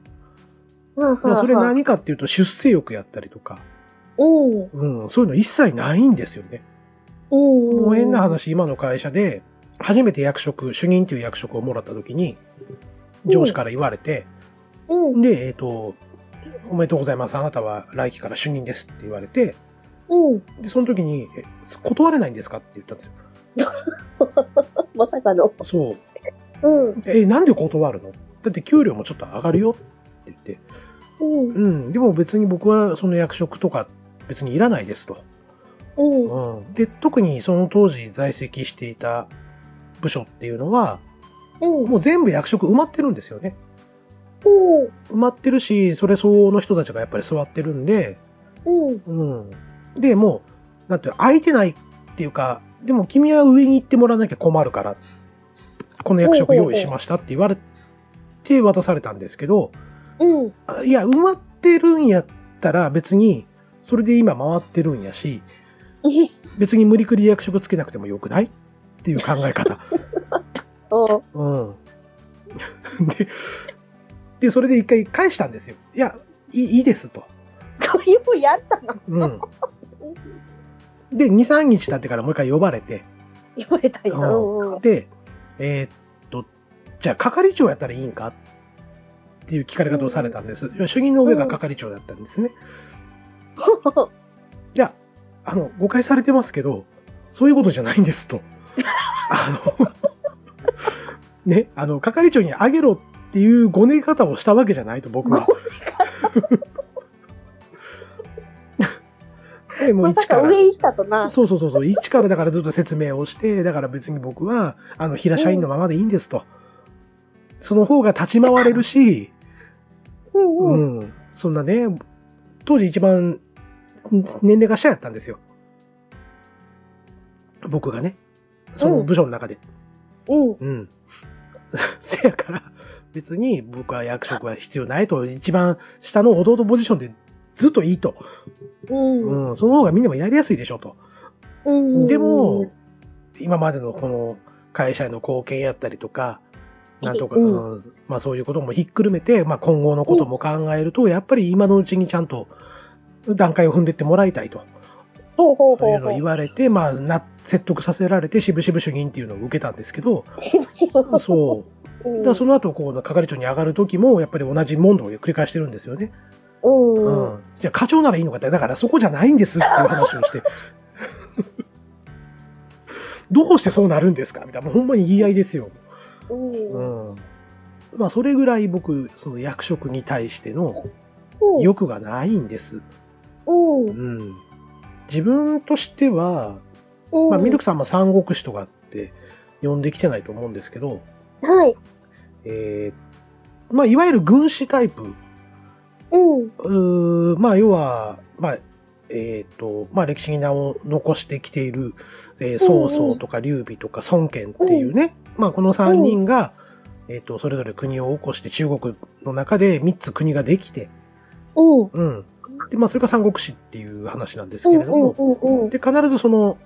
はあはあ
まあ、
はあ
それ何かっていうと出世欲やったりとか、
うん。
うん、そういうの一切ないんですよね。
うん。
もう変な。話、今の会社で、初めて役職、主任という役職をもらった時に、上司から言われて、
うん。
で、えっ、と、おめでとうございます。あなたは来期から主任ですって言われて、
うん。
で、その時に、え断れないんですかって言ったんですよ。
まさかの。
そう。
うん。
え、なんで断るのだって給料もちょっと上がるよって言って。
うん。
うん。でも別に僕はその役職とか別にいらないですと。
うん。
うん。で、特にその当時在籍していた部署っていうのは、
うん。
もう全部役職埋まってるんですよね。
うん。
埋まってるし、それ相応の人たちがやっぱり座ってるんで、
うん。
うん。で、もう、なんていうの空いてないっていうか、でも君は上に行ってもらわなきゃ困るから、この役職用意しましたって言われて渡されたんですけど、
うん。
あいや、埋まってるんやったら別に、それで今回ってるんやし、別に無理くり役職つけなくてもよくないっていう考え方。
おう。
うん。 *laughs* で、で、それで一回返したんですよ。いや、いいいいですと。
よくやったの
うん。で、2、3日経ってからもう一回呼ばれて、
言われたよ。うんうん。
で、えーっと、じゃあ係長やったらいいんかっていう聞かれ方をされたんです。主任の上が係長だったんですね。いや、あの、誤解されてますけど、そういうことじゃないんで
*laughs*
すと。あの、ね、あの、係長にあげろっていうごね方をしたわけじゃないと僕は。 *laughs* でもう
ま
一
さ
か。
から上行ったとな。
そうそうそうそう、一からだからずっと説明をして、だから別に僕は、あの、平社員のままでいいんですと。その方が立ち回れるし、
うん
う
うん。うん
ん、そんなね、当時一番年齢が下やったんですよ。僕がね、その部署の中で。
うん
うん。 *laughs* せやから、別に僕は役職は必要ないと、一番下の弟ポジションでずっといいと。
うん。
うん、その方がみんなもやりやすいでしょと。
うん。
でも、、今までのこの会社への貢献やったりとか、なんとか、
うん
うんまあそういうこともひっくるめて、まあ今後のことも考えると、やっぱり今のうちにちゃんと段階を踏んでってもらいたいと
ほうほうほ
いううのを言
ほ
われて、まあな説得させられて、渋々主任っていうのを受けたんです
*laughs*
けど、
う。しぶしぶ。
そう。
うん。
だからその後、こう、係長に上がる時も、やっぱり同じ問答を繰り返してるんですよね。
う。
うんん。じゃあ課長ならいいのかって、だからそこじゃないんですっていう話をして。 *laughs* どうしてそうなるんですかみたいな。もうほんまに言い合いですよ。う
うん。
ん。まあ、それぐらい僕、その役職に対しての
うん。
欲がないんです。
うん。う。
うんん。自分としては、まあ、ミルクさんも三国志とかって呼んできてないと思うんですけど、
はい。
えー、まあ、いわゆる軍師タイプ
うん。
うーまあ、要は、まあ、えっ、と、まあ、歴史に名を残してきている、えー、曹操とか劉備とか孫権っていうね、まあ、この3人が、えっ、と、それぞれ国を起こして中国の中で3つ国ができて、
うん。
うん。で、まあ、それが三国志っていう話なんです
うん
け
う
れど
ん
も、
うんうん。
で、必ずその、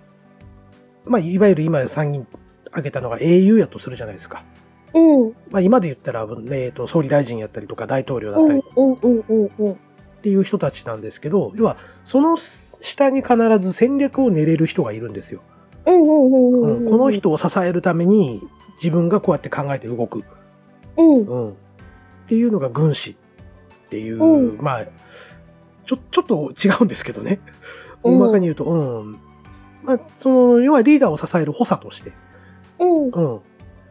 まあ、いわゆる今3人挙げたのが英雄やとするじゃないですか。
うん。
まあ、今で言ったら、えっ、と、総理大臣やったりとか大統領だ
う
ったり
んうんうんうんうん。
っていう人たちなんですけど、要は、その下に必ず戦略を練れる人がいるんですよ。
うんうんうん
う、
うんん。
この。人を支えるために、自分がこうやって考えて動く。
うん。
うん、っていうのが軍師っていう、
う
まあ、ちょ、ちょっと違うんですけどね。
うん
大まかに言うと、うん。まあ、その、要はリーダーを支える補佐として、
うん。
うん。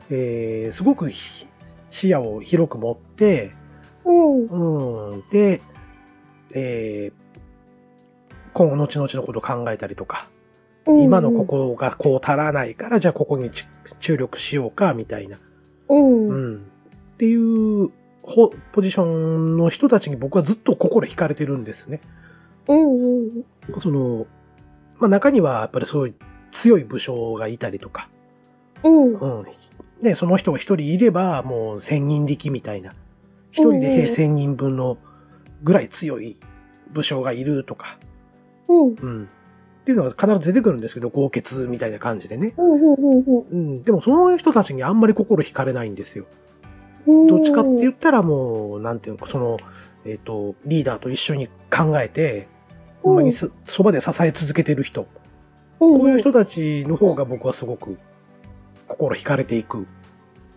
えー、すごくひ視野を広く持って、
うん。
うん。で、えー今後後々のことを考えたりとか、
うん。
今のこ。こがこう足らないから、じゃあここにち注力しようか、みたいな。
うん。
う
うん。
ん。っていう、ほポジションの人たちに僕はずっと心惹かれてるんですね。
うん。
その、まあ中にはやっぱりそういう強い武将がいたりとか、
うん。
うん。ね、その人が一人いれば、もう千人力みたいな。一人で
うんうん
兵千人分のぐらい強い武将がいるとか、
うん。
うん。っていうのが必ず出てくるんですけど、豪傑みたいな感じでね。
うんうんうん
うん。でも、その人たちにあんまり心惹かれないんですよ。
うん。
どっちかって
う。
言ったらもう、なんていうのか、その、えっ、と、リーダーと一緒に考えて、
うん
ほんまにすそばで支え続けてる人。
こ
こういう人たちの方が僕はすごく心惹かれていく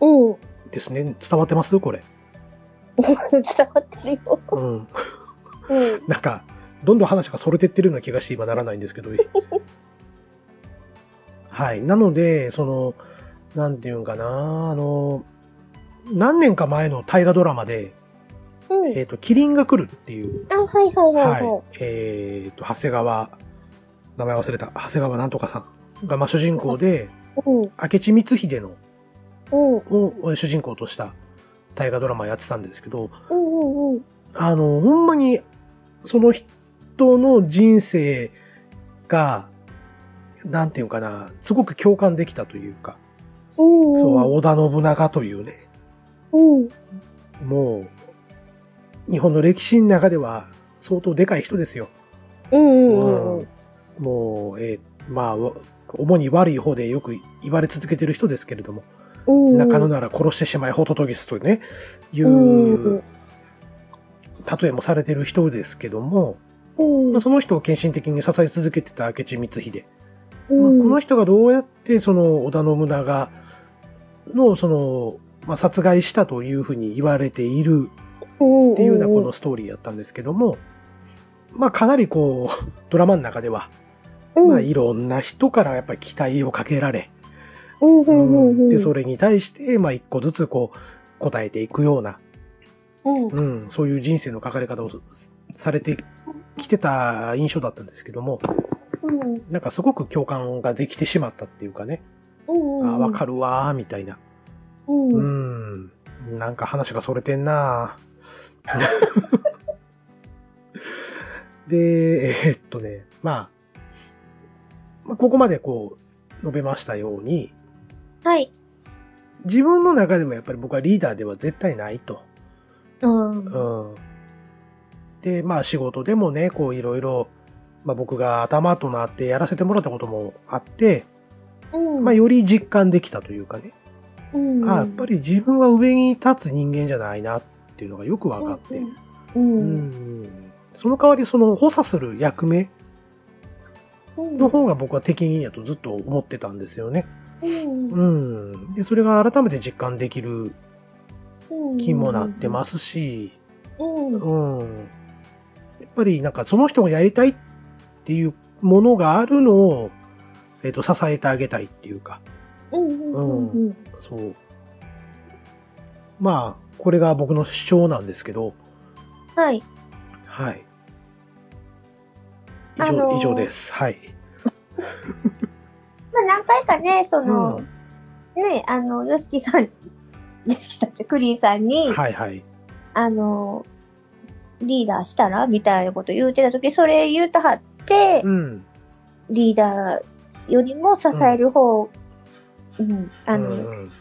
うん。
ですね。伝わってますこれ。
伝わってるよ。
うん。
うん。
なんか、どんどん話がそれてってるような気がして今ならないんです *laughs* けど。はい。なので、その、なんていうんかな、あの、何年か前の大河ドラマで、
うん。
えっ、と、キリンが来るっていう、
あ、はいはいはいは
はい。えっ、と、長谷川、名前忘れた、長谷川なんとかさんが、まあ、主人公で、
い。うん。
明智光秀の、
うん。
を主人公とした大河ドラマやってたんですけど、
うんうんうん。
あの、ほんまに、その人の人生が、なんていうかな、すごく共感できたというか、
うん。
そうは織田信長というね、
うん。
もう、日本の歴史の中では相当でかい人ですよ。
うんうんうん。
もう、えーまあ、わ主に悪い方でよく言われ続けてる人ですけれども、
うん。
中野なら殺してしまえホトトギスというね、い
うん
う、例えもされてる人ですけども、
うん。
まあ、その人を献身的に支え続けてた明智光秀、
うん
まあ、この人がどうやってその織田信長のその、まあ、殺害したというふうに言われている
っ
っていうようなこのストーリーやったんですけども、まあ、かなりこう *laughs* ドラマの中では、
の
まあ、いろんな人からやっぱり期待をかけられ、
うんうんうんうん。
でそれに対してまあ一個ずつこう答えていくような、
うん。
うん、そういう人生の書かれ方をされてきてた印象だったんですけども、
うん。
なんかすごく共感ができてしまったっていうかね、
うん。
あわか
る。
るわーみたいな。
うん。
う
うん
ん。なんか話がそれてんなー *laughs* で、えーっとね、まあ、まあ、ここまでこう、述べましたように、
はい。
自分の中でもやっぱり僕はリーダーでは絶対ないと。
うん。
うん。で、まあ仕事でもね、こういろいろ、まあ僕が頭となってやらせてもらったこともあって、
うん。
まあより実感できたというかね、
うん。
あやっぱり自分は上に立つ人間じゃないなっていうのがよく分かって、
う。
うん
うん。
ん、その代わりその補佐する役目
うん。
の方が僕は適任やとずっと思ってたんですよね。
うん。
うん。で、それが改めて実感できる
うん。。
気もなってますすし、
うん。うん。
うん。やっぱりなんかその人がやりたいっていうものがあるのを、えっ、と、支えてあげたいっていうか、
うん。うん。
そう。まあ、これが僕の主張なんですけど、
はい。
はい。以上、
あのー
以上です。はい。
まあ何回かね、その、
うん
ね、あの、ヨシキさん、 *laughs* ヨシキさんってクリーンさんに、
はいはい。
あの、リーダーしたらみたいなこと言うてたとき、それ言うたはって、
うん。
リーダーよりも支える方、うん、あの、
うん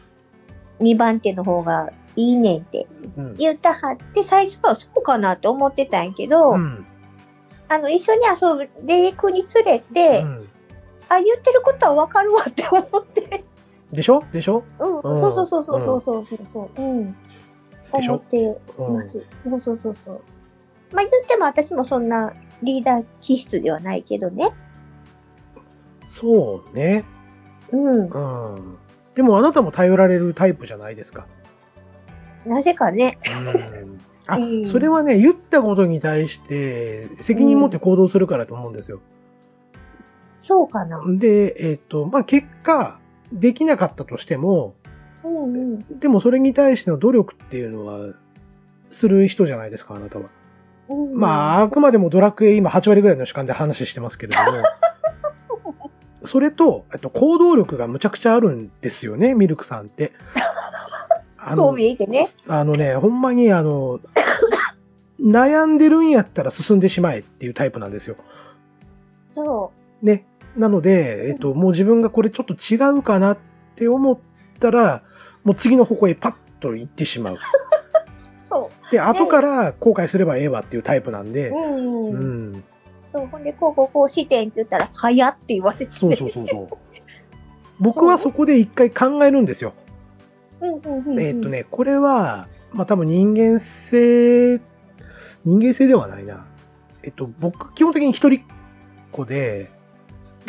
2番手の方がいいねんって
うん。
言うたはって、最初はそうかなと思ってたんやけど、
うん。
あの、一緒に遊んでいくにつれて、
うん
あ、言ってることはわかるわって思って、
でしょでしょ
うん、
うん
そうそうそうそうそうそうそう、うん、
でしょ
思って、
う
ま
ん。
す。そうそうそうそう。まあ言っても私もそんなリーダー気質ではないけどね。
そうね。
うん。
うん。でもあなたも頼られるタイプじゃないですか。
なぜかね。
うんあ
うん、
それはね、言ったことに対して責任持って行動するからと思うんですよ。
そうかな。
で、えっ、と、まあ、結果、できなかったとしても、
うんうん。
でもそれに対しての努力っていうのは、する人じゃないですか、あなたは。
うん、あ。
まあ、あくまでもドラクエ今8割ぐらいの主観で話してますけ
*laughs*
れども、それと、えっと、行動力がむちゃくちゃあるんですよね、ミルクさん
*laughs*
って。あ
こう見えてね。
あのね、ほんまにあの、悩んでるんやったら進んでしまえっていうタイプなんですよ。
そ
ね。なので、えっと、もう自分がこれちょっと違うかなって思ったら、もう次の方向へパッと行ってしまう。
う。そ
で、後から後悔すればええわっていうタイプなん
う。
で、
うん。
うん。
そうほんで、こうこうこうしてんって言ったら、早って言われて。
そうそうそうそう。 *laughs* 僕はそこで一回考えるんですよ。
うんうんうんうん。
えっと。ね、これは、まあ多分人間性、人間性ではないな。えっと、僕、基本的に一人っ子で、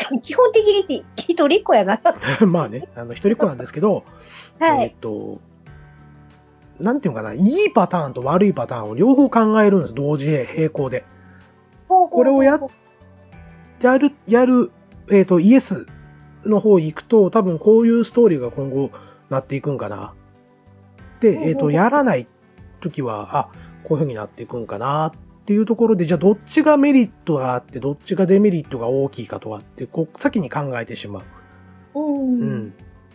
*laughs*
基本的にって一人っ子やがら。
まあね、あの、一人っ子なんですけど、
はい
えーっ。と、なんていうのかな、いいパターンと悪いパターンを両方考えるんです、同時並行で。
こ
これをやっやる、やる、えーっと、イエスの方行くと、多分こういうストーリーが今後なっていくんかな。で、えーっ
ほうほうほ
と、
う
やらない時は、あ、こういう風になっていくんかなっていうところで、じゃあどっちがメリットがあって、どっちがデメリットが大きいかとかって、こう、先に考えてしま
う
う。
ん。
う
うん。
ん。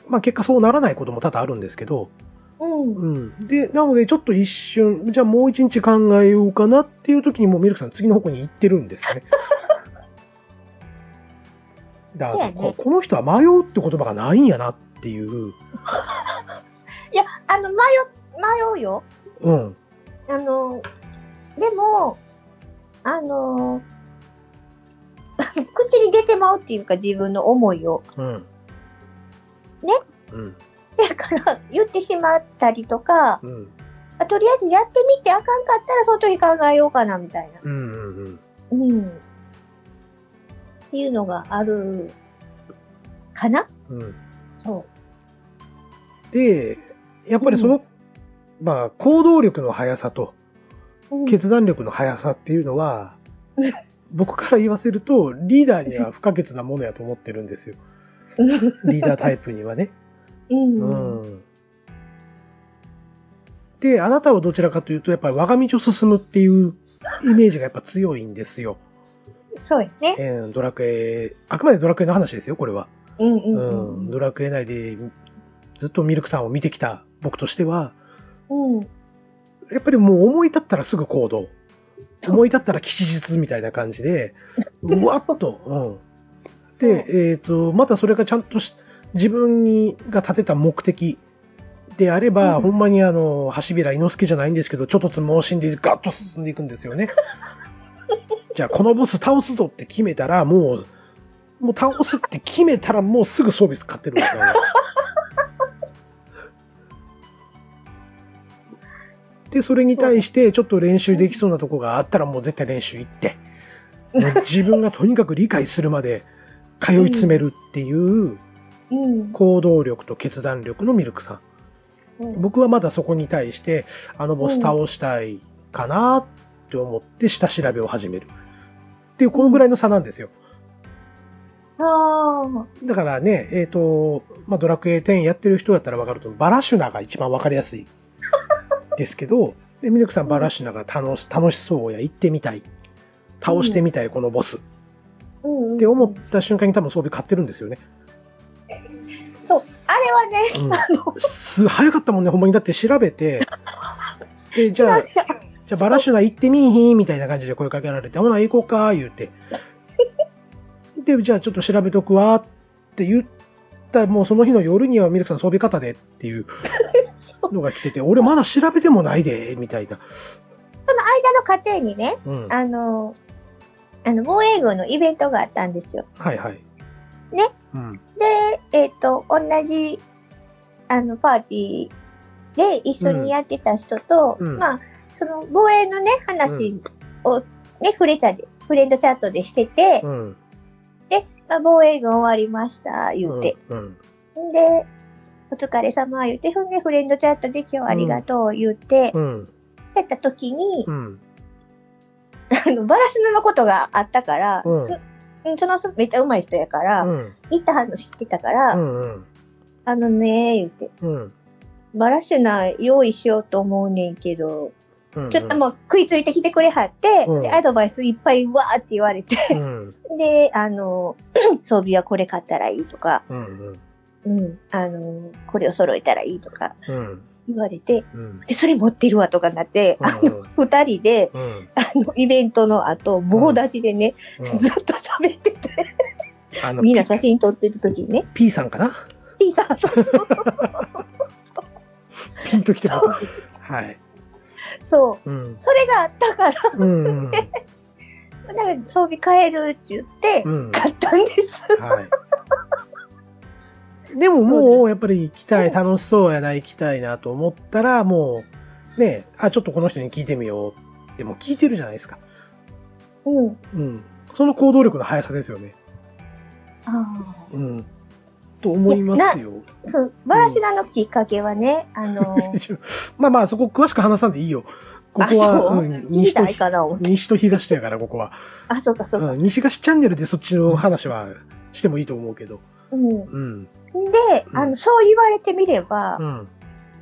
まあ結果そうならないことも多々あるんですけど、
うん。
うん。で、なので、ちょっと一瞬、じゃあもう一日考えようかなっていう時に、もうミルクさん次の方向に行ってるん
*laughs*
ですね。だから、
そうや
こ
ね
この人は迷うって言葉がないんやなっていう、
いや、あの、迷、迷うよ。
うん。
あの、でも、あの、 *laughs* 口に出てまうっていうか自分の思いを。 *laughs*
うん。
ね
うん。
だから言ってしまったりとか、
うん。
あとりあえずやってみてあかんかったらその時考えようかなみたいな。
うん。うん。うん。
うん。っていうのがある、かな
うん。
そ
で、やっぱりその、まあ、行動力の速さと、
う。うん、
決断力の速さっていう
*laughs*
のは、僕から言わせると、リーダーには不可欠なものやと思ってる
*laughs*
んですよ。リーダータイプにはね。
うん。うん。
うんで、あなたはどちらかというと、やっぱり我が道を進むっていうイメージがやっぱ強いんですよ。
そうですね。
えードラクエ、あくまでドラクエの話ですよ、これは。
うんう
うん
うん
ん、ドラクエ内でずっとミルクさんを見てきた僕としては、
うん。
やっぱりもう思い立ったらすぐ行動。思い立ったら吉日みたいな感じで、うわっと。うん、で、えっ、と、またそれがちゃんとし自分が立てた目的であれば、
うん
ほんまにあの、橋平猪之助じゃないんですけど、ちょっとつ盲信でガッと進んでいくんですよね。じゃあ、このボス倒すぞって決めたら、もう、もう倒すって決めたら、もうすぐ装備買ってるんですよ。で、それに対して、ちょっと練習できそうなとこがあったら、もう絶対練習行って、もう自分がとにかく理解するまで通い詰めるっていう
うん。
行動力と決断力のミルクさ
うん
ん。僕はまだそこに対して、あのボス倒したいかなって思って下調べを始める。っていう、このぐらいの差なんですよ。
ああ。
だからね、えっ、と、まあ、ドラクエ10やってる人だったらわかると、バラシュナが一番わかりやすいですけど、で、ミルクさんバラシュナが楽し楽しそうや、行ってみたい。倒してみたい、このボス。っ
うんうん。
て思った瞬間に多分装備買ってるんですよね。
そう。あれはね、
うんす早かったもんね、ほんまに。だって調べて、で、
*laughs*
じゃあ、じゃあバラシュナ行ってみいひんみたいな感じで声かけられて、ほな、行こうか、言うて。 *laughs* で、じゃあちょっと調べとくわ、って言った、もうその日の夜にはミルクさん装備方でっ
*laughs*
ていう
そう
のが来てて、俺まだ調べてもないで、みたいな。
その間の過程にね、
うん。
あの、あの、防衛軍のイベントがあったんですよ。
はいはい。
ね。
うん。
で、えっ、と、同じ、あの、パーティーで一緒にやってた人と、
うんうん
まあ、その、防衛のね、話を、ね、フレチャで、フレンドチャットでしてて、
うん。
まあ、防衛軍終わりました、言うて。
うん。
ん、で、お疲れ様、言うて、ほんで、フレンドチャットで今日はありがとう、言うて、
うん。
やった時に
う、ん。
あの、バラシナのことがあったから、
うん
そうんその人めっちゃ上手い人やか
う
ら、
ん。
行ったの知ってたから、
うん。うん。
あのね、言うて、
うん。
バラシナ用意しようと思うねんけど、
うん。
ちょっともう食いついてきてくれはって、
うん
で、アドバイスいっぱいわーって言われて、
うん。
で、あの、 *clears throat* 装備はこれ買ったらいいとか、
うん。うん。
うん、あの、これを揃えたらいいとか
うん。
言われて、 *laughs*
うん。
で、それ持ってるわとかなって、
うん
あの、二人で、
うん。
あの、イベントの後、棒立ちでね、
うん
ずっと喋ってて、
あの
みんな写真撮ってる時にね、
P さんかな
P さん、そうそうそうそう
ピンときてます。はい。
そう、
うん。
それがあったから、
うんうん。
なんか装備変えるって言って
う、ん。
買ったんです。
はい。 *laughs* でももう、やっぱり行きたい、楽しそうやな、行きたいなと思ったら、もう、ね、あ、ちょっとこの人に聞いてみよう。でも聞いてるじゃないですか。
うん。
うん。その行動力の速さですよね。
あ
うん。と思いますよ。
あ。そう、バラシナのきっかけはね、あの、
まあまあ、そこ詳しく話さんでいいよ。 *laughs* ここ
あ
は、
そう
うん
聞い
西
た
と
らいいかな思って。
西と東とやから、ここは。
あ、そうかそうか。
うん、西東チャンネルでそっちの話はしてもいいと思うけど。
うん。
うん。
で、
うん
あの、そう言われてみれば
う、ん。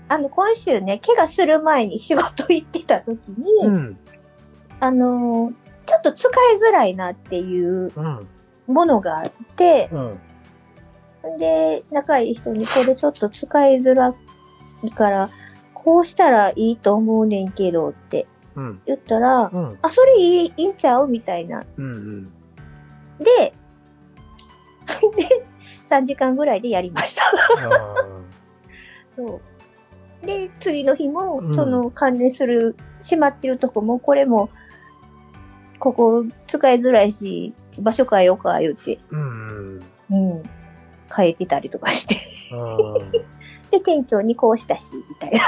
あの、今週ね、怪我する前に仕事行ってた時に、
うん。
あのー、ちょっと使いづらいなっていう
うん。
ものがあって、
うん。
で、仲いい人にこれちょっと使いづらいから、こうしたらいいと思うねんけどって
うん。
言ったら、
うん。
あ、それいいいいんちゃうみたいな。
うん。
で、 *laughs* で、3時間ぐらいでやりま
*laughs*
した。
あ
そう。で、次の日も、
うん
その関連する、閉まってるとこも、これも、ここ使いづらいし、場所変えようか、言うて、
ーうん。
うん、変えてたりとかして。 *laughs*
あ
で、店長にこうしたし、みたい
*laughs*
な。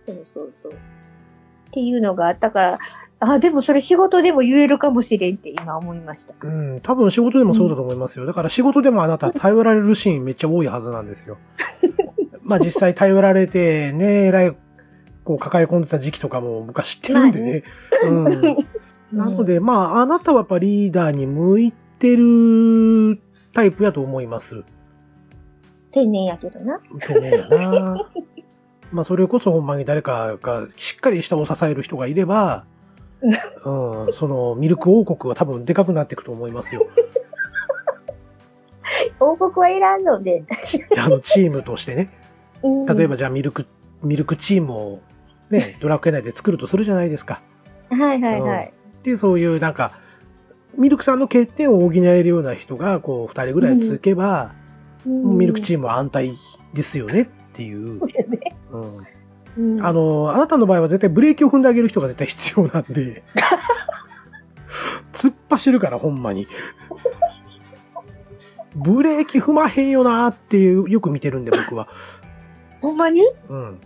そうそうそう。っていうのがあったから、あ、でもそれ仕事でも言えるかもしれんって今思いました。
ーうん。多分仕事でもそうだと思いますよ。だから仕事でもあなた頼られるシーンめっちゃ多いはずなんです *laughs* よ。まあ実際頼られてね、えらい、こう抱え込んでた時期とかも昔知ってるんでね。うん。 *laughs* なので、まあ、あなたはやっぱリーダーに向いてるタイプやと思います。
定年やけどな。
そうねやな。 *laughs* まあ、それこそほんまに誰かがしっかり下を支える人がいれば、うん、そのミルク王国は多分でかくなっていくと思いますよ。
王国はいらんので。
あのチームとしてね。
うん
*laughs* 例えばじゃあミルク、ミルクチームをね、ドラクエ内で作るとするじゃないですか。
はいはいはい。
で、そういうなんか、ミルクさんの欠点を補えるような人が、こう、二人ぐらい続けば、ミルクチームは安泰ですよねってい
ー
う。
ム。ね
うん
うん
あの、あなたの場合は絶対ブレーキを踏んであげる人が絶対必要なん
*laughs*
で、突っ走るから、ほんまに。ブレーキ踏まへんよなーっていう、よく見てるんで、僕は。
ほんまに *laughs*
うん。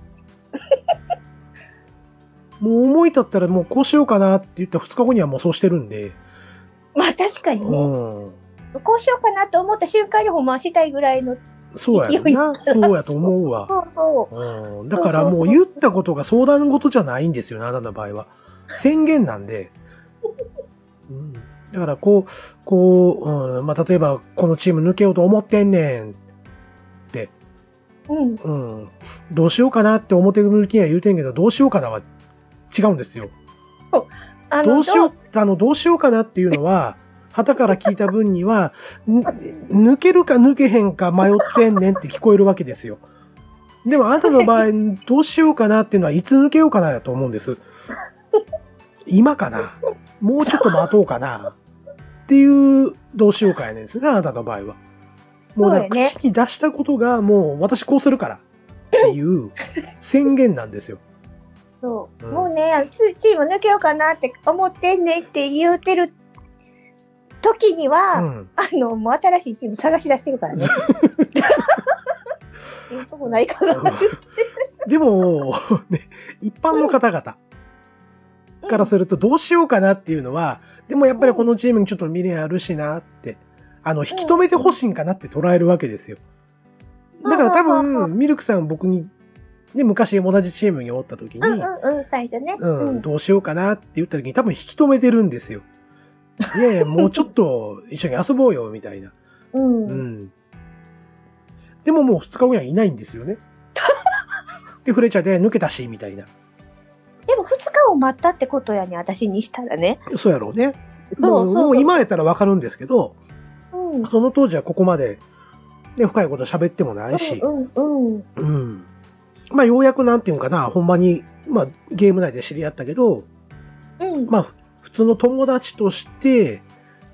もう思い立ったらもうこうしようかなって言った2日後にはもうそうしてるんで、
まあ確かに
う
ね。
ん。
こうしようかなと思った瞬間にほんましたいぐらいの。
そうやろな。そうやと思うわ。
そうそ
うん。だからもう言ったことが相談事じゃないんですよね、あなたの場合は。宣言なんで。
*laughs*
うん。だからこう、こう、うん、まあ、例えば、このチーム抜けようと思ってんねん。
う。うん。
うん。どうしようかなって表向きには言うてんけど、どうしようかなは違うんですよ。
あの、
どうしよう、あの、どうしようかなっていうの
*laughs*
は、旗から聞いた分には、ぬ抜けるか抜けへんか迷ってんねんって聞こえるわけですよ。でも、あなたの場合、どうしようかなっていうのは、いつ抜けようかなだと思うんです。今かなもうちょっと待とうかなっていう、どうしようかやねんですね、あなたの場合は。もうだから、口に出したことが、もう、私こうするからっていう宣言なんですよ。
そう、
うん
もうね、チチーム抜けようかなって思ってんねって言うてる時に
う
は、
ん。
あの、もう新しいチーム探し出してるから
*laughs*
ね。いいとこないかな。
でも、 *laughs* ね、一般の方々からするとどうしようかなっていうのは、でもやっぱりこのチームにちょっと未練あるしなって、あの、引き止めてほしいんかなって捉えるわけですよ。だから
*laughs*
多
うんうんう
分、ミルクさん僕に、ね、昔同じチームにおった時に、
うんうんうん、最初ね。
う
うん
ん、どうしようかなって言った時に多分引き止めてるんですよ。いやいや、もうちょっと一緒に遊ぼうよ、みたいな。
うん
う。ん。でももう2日後にはいないんで
*laughs*
すよね。で、フレちゃんで抜けたし、みたいな。
でも2日を待ったってことやね、私にしたらね。
そうやろうね。
そうそう
も
うそう
もう今やったらわかるんですけど、
うん。
その当時はここまで、ね、深いこと喋ってもないし、
うんうんうん。
うんまあ、ようやくなんていうんかな、ほんまに、まあ、ゲーム内で知り合ったけど、
うん。
まあ、ふ普通の友達として、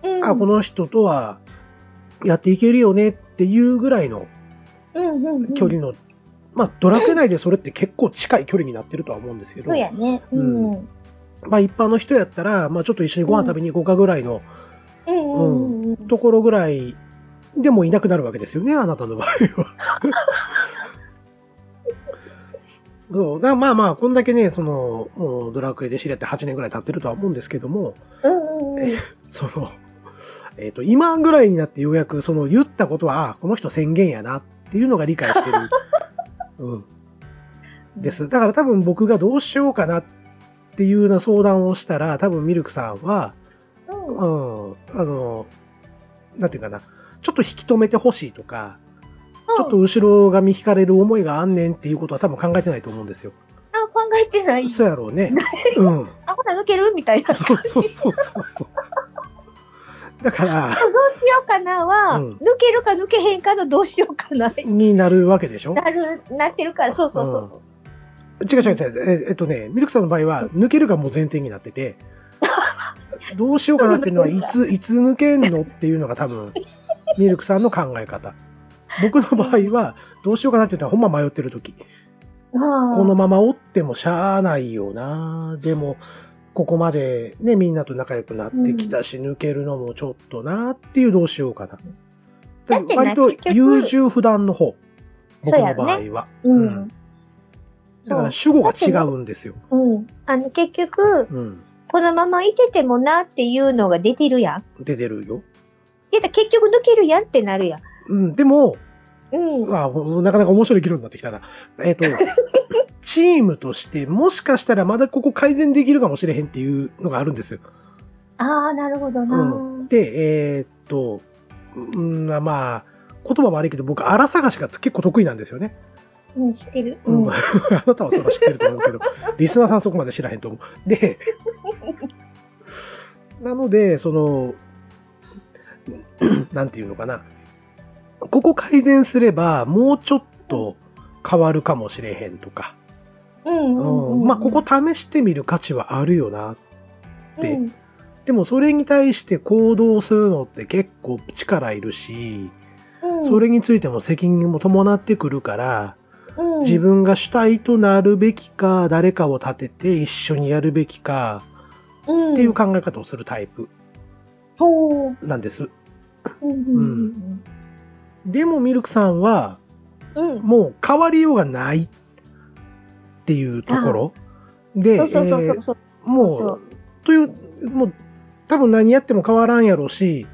うん、
あ、この人とはやっていけるよねっていうぐらいの
うんうんうん、
距離の、まあ、ドラクエ内でそれって結構近い距離になってるとは思うんですけど、
そうやね。うん。
う
うん
まあ、一般の人やったら、まあ、ちょっと一緒にご飯食べに行こうかぐらいの
うんうんうん。
ところぐらいでもいなくなるわけですよね、あなたの場合は。そうだまあまあ、こんだけね、その、もうドラクエで知り合って8年ぐらい経ってるとは思うんですけども、
うんうんうん。
その、えっ、と、今ぐらいになってようやく、その言ったことは、あこの人宣言やなっていうのが理解してる。うん。です。だから多分僕がどうしようかなっていうような相談をしたら、多分ミルクさんは、
うん。うん
うん、あの、なんていうかな、ちょっと引き止めてほしいとか、ちょっと後ろ髪引かれる思いがあんねんっていうことは多分考えてないと思うんですよ。
あ、考えてない。
そうやろうね。うん。
あ、ほら抜けるみたいな。
そうそうそうそうそう。だから、
どうしようかなは、
うん
抜けるか抜けへんかのどうしようかな。
になるわけでしょ
なる、なってるから、そうそうそう。
違う違う違う。ええっとね、ミルクさんの場合は、抜けるがもう前提になってて、どうしようかなっていうのは、いつ、いつ抜けんのっていうのが多分、ミルクさんの考え方。僕の場合は、どうしようかなっていうのは、ほんま迷ってる時。
ああ
このままおってもしゃあないよな。でも、ここまでね、みんなと仲良くなってきたし、抜けるのもちょっとなっていうどうしようかな。
だってな
割と
結局
優柔不断の方。僕
そうや
の
ろ
場
ね
合は。
う
うんん。だから主語が違うんですよ。
うん。あの、結局、
うん。
このままいててもなっていうのが出てるやん。
出てるよ。
けど結局抜けるやんってなるやん。
うん。でも、
うん。
あなかなか面白い議論になってきたな。え
*laughs*
っ、と、チームとして、もしかしたらまだここ改善できるかもしれへんっていうのがあるんですよ。
ああ、なるほど
う、。
なん
で、えーっと、うんまあ、言葉悪いけど、僕、荒探しが結構得意なんですよね。
うん、知ってる。う。
うんん、あ *laughs* なたはそれは知ってると思う
*laughs*
けど、リスナーさんそこまで知らへんと思う。で、なので、その、 *clears throat* なんていうのかな、ここ改善すれば、もうちょっと変わるかもしれへんとか、
うん
う
うんうん
んまあ、ここ試してみる価値はあるよな。て
うん
でも、それに対して行動するのって結構力いるし、
うん、
それについても責任も伴ってくるから、
うん、
自分が主体となるべきか、誰かを立てて一緒にやるべきか
っ
っていう。考え方をするタイプ
ほう。
なんです。
うんうん
でもミルクさんは
うんうん。
もう変わりようがないっていうところで、
そうそうそうそう
え
そう。
ーも、
そう
という、もう多分何やっても変わらんやろうし、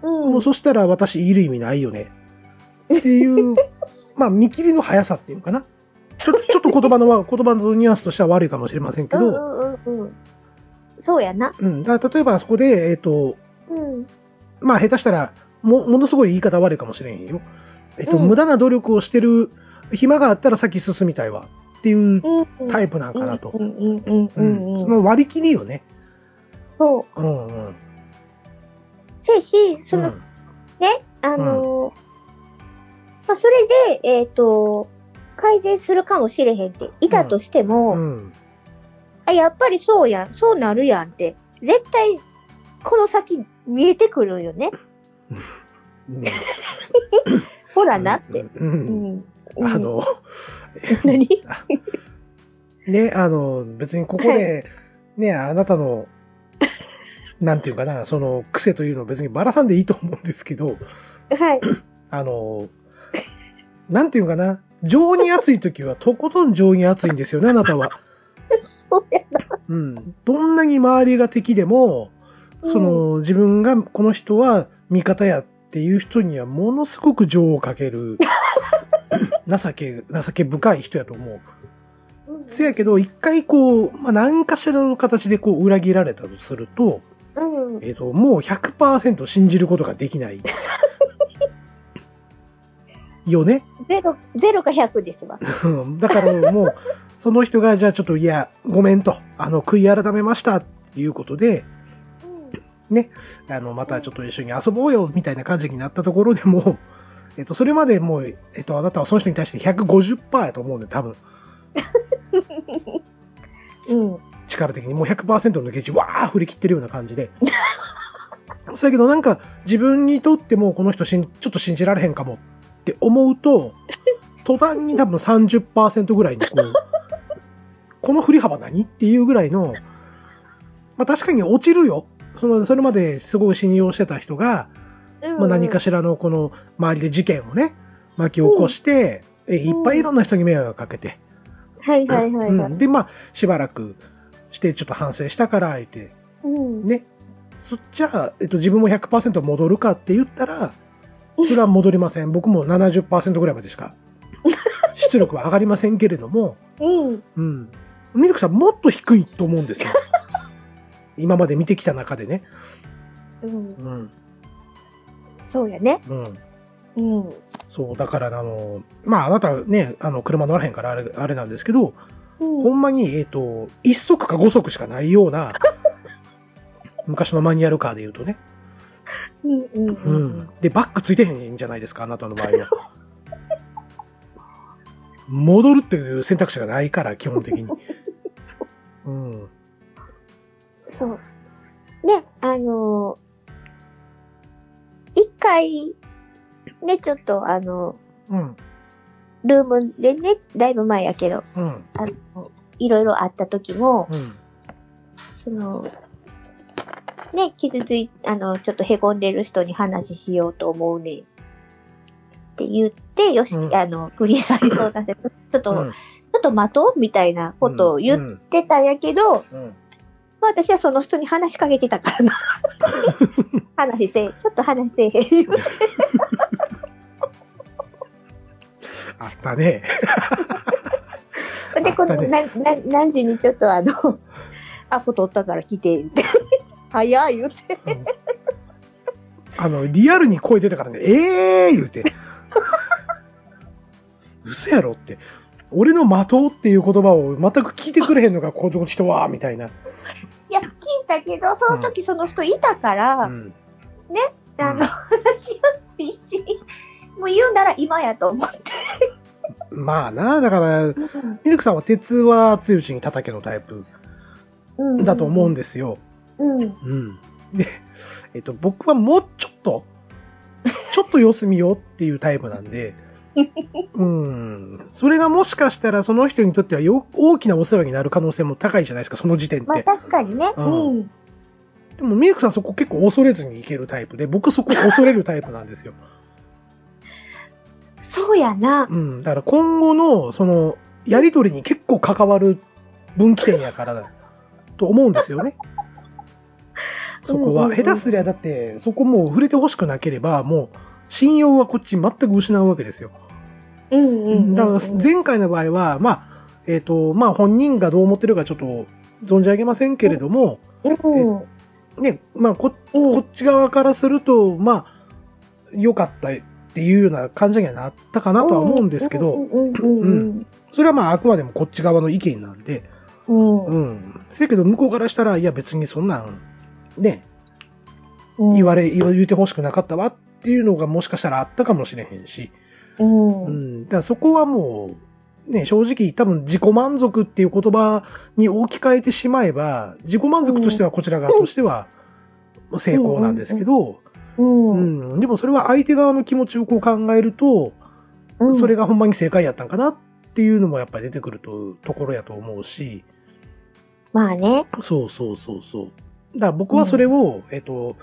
うん。
もうそしたら私いる意味ないよねって
*laughs*
いう、まあ見切りの速さっていうのかな。ちょちょっと言葉のわ、言葉のニュアンスとしては悪いかもしれませんけど、
うんうんうんうん。そうやな。
うん、だから例えばそこで、えっ、と、
うん。
まあ下手したらも、ものすごい言い方悪いかもしれへんよ。えっ、と、
うん
無駄な努力をしてる暇があったら先進みたいわっていう
うん。
タ
イ
イプなんかなと。
うんうんうん
う
うんん。
そ
うん
の割り切りよね。
そう。
うんうん。
せやし、その、
うん
あのー、まあ、それで、えっ、と、改善するかもしれへんって、いたとしても、
うん。
あ、やっぱりそうやん、そうなるやんって、絶対、この先見えてくるよね。
うん
ほらなって。。
う。
うんん。うん
あ、の、
*laughs* 何
ね、あの、別にここで、ね、あなたの、 *laughs* なんていうかな、その癖というのを別にばらさんでいいと思うんですけど、
はい。
あの、なんていうかな、情に熱い時はとことん情に熱いんですよね、あなたは。
そうやな。
うん。どんなに周りが敵でも、その、自分が、この人は味方やっていう人にはものすごく情をかける、情け、情け深い人やと思う。
うん、
せやけど、一回こう、まあ、何かしらの形でこう、裏切られたとすると、
うん。
えっ、と、もう100%信じることができない。よね。
ゼロ、ゼロか100ですわ。
うんだからもう、その人が、じゃあちょっと、いや、ごめんと、あの、悔い改めましたっていうことで、
うん。
あの、またちょっと一緒に遊ぼうよ、みたいな感じになったところでも、えっと、それまでもう、えっと、あなたはその人に対して150%やと思うんで、多分、
うん。
力的にもう100%のゲージ、わー振り切ってるような感じで。 *laughs* そやけど、なんか、自分にとっても、この人しん、ちょっと信じられへんかもって思うと、途端に多分30%ぐらいに、こう、 *laughs* この振り幅何っていうぐらいの、まあ確かに落ちるよ。その、それまですごい信用してた人が、
うん
まあ、何かしらのこの周りで事件をね、巻き起こして、えいっぱいいろんな人に迷惑をかけて、
はいはいはいは
う
い。
んで、まあ、しばらくして、ちょっと反省したから、言って、
うん。
ね、そっちゃ、えっと、自分も100%戻るかって言ったら、それは戻りません。僕も70%ぐらいまで
*laughs*
しか、出力は上がりませんけれども、
うん。
うん。ミルクさん、もっと低いと思うんですよ。今まで見てきた中でね。
うん。
うん。
そうやね。
うん。
うん。
そう、だから、あの、まあ、あなたね、あの、車乗らへんから、あれ、あれなんですけど、ほ
うん。
んまに、えっ、と、1足か5足しかないよう
*laughs*
な、昔のマニュアルカーで言うとね。
うん。うん。
う
うん
ん。。で、バックついてへんじゃないですか、あなたの場合は。
*laughs*
戻るっていう選択肢がないから、基本
*laughs*
的に。うん。
そう。ね、あのー一回、ね、ちょっとあの、
うん。
ルームでね、だいぶ前やけど、
うん。
あの、いろいろあった時も、
うん。
その、ね、傷つい、あの、ちょっと凹んでる人に話しようと思うねん。って言って、よし、
うん
あの、クリアされそうなんで、ちょっと、
うん
ちょっと待とうみたいなことを
う
言っ
ん
てたんやけど、
うん
まあ私はその人に話しかけてた
*laughs*
からな。話せえ、ちょっと話せえへん。
あったね。
で、この、な、な、何時にちょっとあの、 *laughs* アポ取ったから来て、言って。早い言って。
うんあの、リアルに声出たからね、えー言うて。うっ *laughs* 嘘やろって。俺の的っていう言葉を全く聞いてくれへんのか、この人は、みたいな。
いや、聞いたけど、その時その人いたから、
うん。
あの、話しやすいし、もう言うなら今やと思って。
まあな、だから、ミルクさんは鉄は熱いうちに叩けのタイプ
うん
だと思うんですよ。
うん。
うん。で、えっと、僕はもうちょっ
*laughs*
と、ちょっと様子見ようっていうタイプなんで、うん。それがもしかしたらその人にとってはよ大きなお世話になる可能性も高いじゃないですか、その時点って。
まあ確かにね。
う
うんん。
でもミルクさんそこ結構恐れずにいけるタイプで、僕そこ恐れるタイプなんですよ。
そうやな。
うん。だから今後の、その、やりとりに結構関わる分岐点やからだ、と思うんです
*laughs*
よね。そこ
うん
は。
うんうん
下手すりゃだって、そこもう触れてほしくなければ、もう、信用はこっち全く失うわけですよ。
うんうんうん。
だから前回の場合は、まあ、えっ、と、まあ本人がどう思ってるかちょっと存じ上げませんけれども、
うん。
ね、まあこ
う
こ
ん
っ。ち側からすると、まあ、良かったっていうような感じにはなったかなとは思うんですけ
う
ど、
んうんうん
それはまああくまでもこっち側の意見なんで、
うん。う。
うんん。せやけど向こうからしたら、いや別にそんなん、ね、
うん
言われ、言わ言うてほしくなかったわっていうのがもしかしたらあったかもしれへんし、
うん。
う
うん。
ん。だからそこはもう、ね、正直多分自己満足っていう言葉に置き換えてしまえば、自己満足としてはこちら側としては成功なんですけど、うん、でもそれは相手側の気持ちをこう考えると、
うん
それがほんまに正解やったんかなっていうのもやっぱり出てくるとところやと思うし、
まあね。
そうそうそうそう。だから僕はそれを、えっと、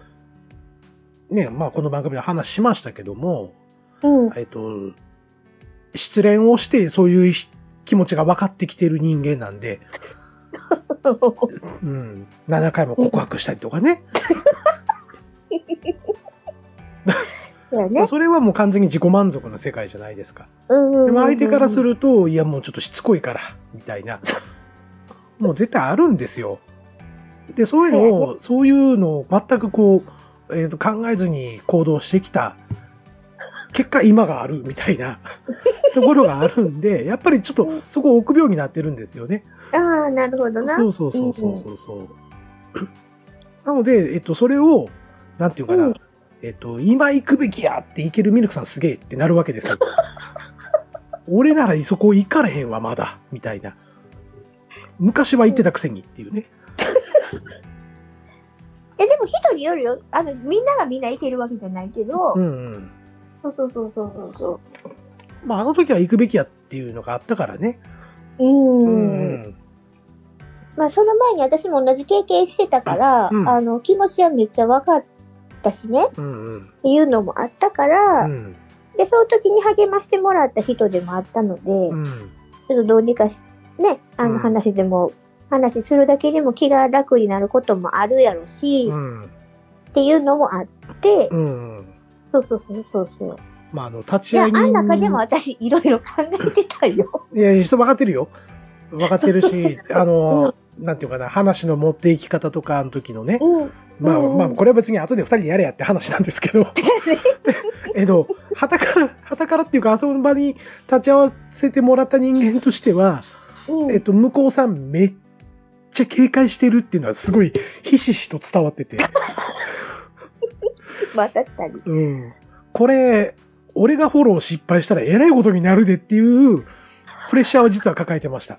ね、まあこの番組で話しましたけども、
うん。
えっと、失恋をしてそういうひ気持ちが分かってきてる人間なんで、うん、7回も告白したりとかね、
そうやね。
それはもう完全に自己満足の世界じゃないですか。
うん。
でも相手からす
る。
ると、いやもうちょっとしつこいから、みたいな。もう絶対あるんですよ。で、そういうのを、そういうのを全くこう、えーと考えずに行動してきた、結果今がある、みたい
*laughs*
なところがあるんで、やっぱりちょっとそこ臆病になってるんですよね。
ああ、なるほどな。
そうそうそうそうそうそう。なので、えっと、それを、なんていうかな、
うん
えっと、今行くべきやって行けるミルクさんすげえってなるわけです *laughs* よ。俺ならそこ行かれへんわ、まだ、みたいな。昔は行ってたくせにっていうね。
え、でも人によるよ。あの、みんながみんな行けるわけじゃないけど
う、んうん。
そうそうそうそうそ
まあ、あの時は行くべきやっていうのがあったからね。
う。う。
うんん。
まあ、その前に私も同じ経験してたから、
うん
あの、気持ちはめっちゃ分かったしね、っ
うんうん。
ていうのもあったから、
うん。
で、その時に励ましてもらった人でもあったので、
うん。
ちょっとどうにかし、ね、あ
うん
の話でも、話するだけでも気が楽になることもあるやろし、っ
うん。
ていうのもあって、
うんうん。
そうそうそうそうそう。
まあ、あの、立
い
ち
や、
会
あ
い
ん
に。
中でも私いろいろ考えてたよ。
いや、人分かってるよ。分かっ
*laughs*
てるし、あの、
う
なんていうかな、話の持っていき方とかの時のね、
うん。
まあ
うん
まあ、これは別に後で二人でやれやって話なんで
*laughs*
すけど、えっと、はたから、はたからっていうか、あその場に立ち会わせてもらった人間としては、
うん。
えっと、向こうさんめっちゃ警戒してるっていうのはすごいひしひしと伝わってて、
まあ確かに。
うん。これ、俺がフォロー失敗したらえらいことになるでっていうプレッシャーを実は抱えてま *laughs* した。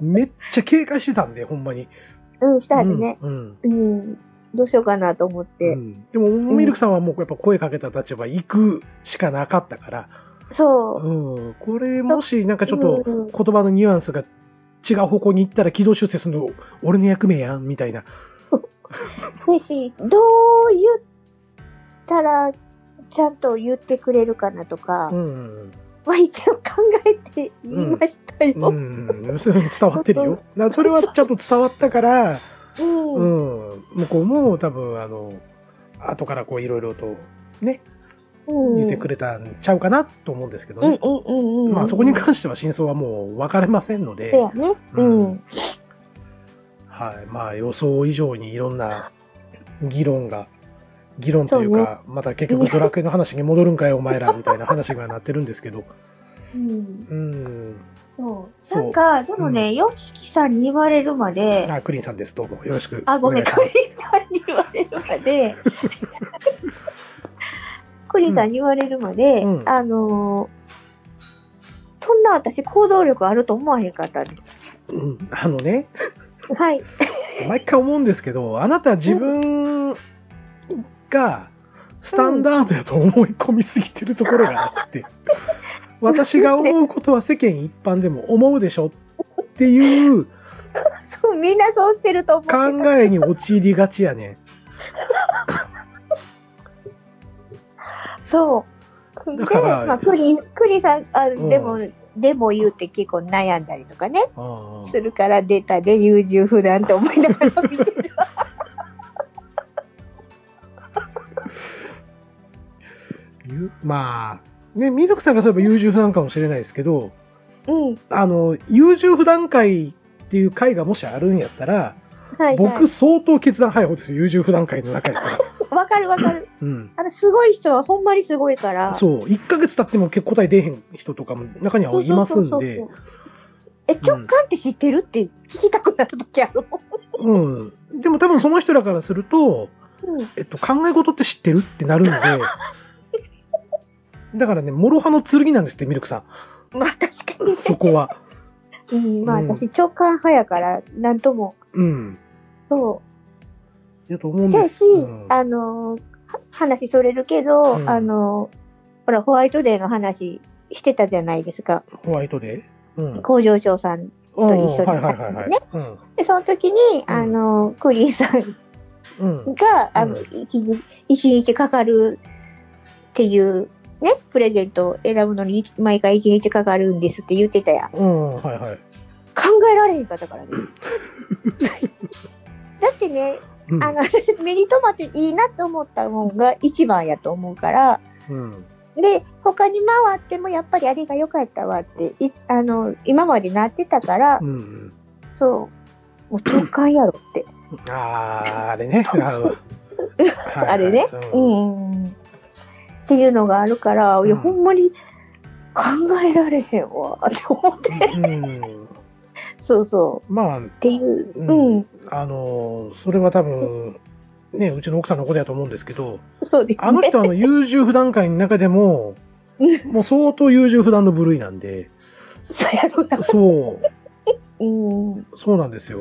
めっちゃ警戒してたんで、ほんまに。
うん、したりね。
うんうん
うん。どうしようかなと思っ
う
て。
ん、でも、ミルクさんはもうやっぱ声かけた立場行くしかなかったから、
そう。
うん、これもしなんかちょっと
うんうん
言葉のニュアンスが違う方向に行ったら軌道修正するの俺の役目やんみたいな。
ですし、どう言ったら、ちゃんと言ってくれるかなとか
う、ん、
まあ一応考えて言いました
うん、う
よ。
ん、 *laughs* それ伝わってるよ。なそれはちゃんと伝わったから、
うん。
う
うん
ん、向こうも多分あの、後からこういろいろとね、言ってくれたんちゃうかなと思うんですけど
うん
ね。
うんうんうん。
まあそこに
し
関しては真相はもう分かれませんので。
てやね。
うん
うん。
はい。まあ予想以上にいろんな議論が議論というか、また結局ドラクエの話に戻るんかい、お前ら、みたいな話がなってるんですけど。
うん。
うん。
そう。
そう
なんか、でもね、ヨシキさんに言われるまで、
あ、クリンさんです。どうもよろしく。
あ、ごめん、
お願いし
ク
ま
リ
す
さんに言われるまで、 *laughs* クリさんに言われるまで、
うん
あのーそんな私行動力あると思わへんかったんです。
うん。あのね、
はい。
毎回思うんですけど、あなた自分がスタンダードやと思い込みすぎてるところがあって、私が思うことは世間一般でも思うでしょっていう
そう、みんなそうしてると思ってた
考えに陥りがちやね。
そう。
だから
で、まあ、クリ、クリさん、あ
ん
でも、でも言うて結構悩んだりとかね、
あ
するから出たで優柔不断と思いながら見てる。
ゆまあ、ね、ミルクさんがそういえば優柔不断かもしれないですけど、
うん。
あの、優柔不断会っていう会がもしあるんやったら、
はい、は
僕相当決断早い方ですよ、優柔不断会の中やから。
い。わかるわかる。
うん。
あの、すごい人はほんまにすごいから。
そう、1ヶ月経っても結構答え出えへん人とかも中に
そ
は
う
い
そう
ます
そうんそう
で、。
え、直感って知ってるって聞きたくなるときあるもん。
うん。でも多分その人らからすると、えっと、考え事って知ってるってなるん
*laughs*
で、だからね、諸刃の剣なんですって、ミルクさ
まあ確かに
ん。そこは。
うん、まあ
うん
私直感派やから、なんとも。
うん。
そ
やと思う
う。
ん
せ
で
や
す。
し、
うん
あのー、は話それるけど、
うん
あのー、ほら、ホワイトデーの話してたじゃないですか。
ホワイトデーうん。
工場長さん。
と
一緒に
はい
さ
は
れ
いはいは
て
い
ね。で、その時に、
うん
あのー、クリーンさん
うん。うん。
が、あの、
うん
一日、一日かかるっていう、ね、プレゼントを選ぶのに、一毎回一日かかるんですって言ってたやん。
うん。はいはい。
考えられへんかった
*laughs*
からね。だってね、
うん
あの、私、目に留まっていいなと思ったもんが一番やと思うから、
うん。
で、他に回ってもやっぱりあれが良かったわって、いあの、今までなってたから
う、ん。
そう、もう直感やろって。
あー、あ
*laughs*
れね。あの
あれね。う。
はい
ん。っていうのがあるから、いや、
うん
ほんまに考えられへんわ、って思って。
うんうん。
そうそう。
まあ、
っていう。
う
うんん。
あの、それは多分、ね、うちの奥さんのことやと思うんですけど、
そうですね。
あの人はあの優柔不断界の中でも、もう相当優柔不断の部類なん
*laughs*
で、
そうやろうな。
そう、
うん。
そうなんですよ。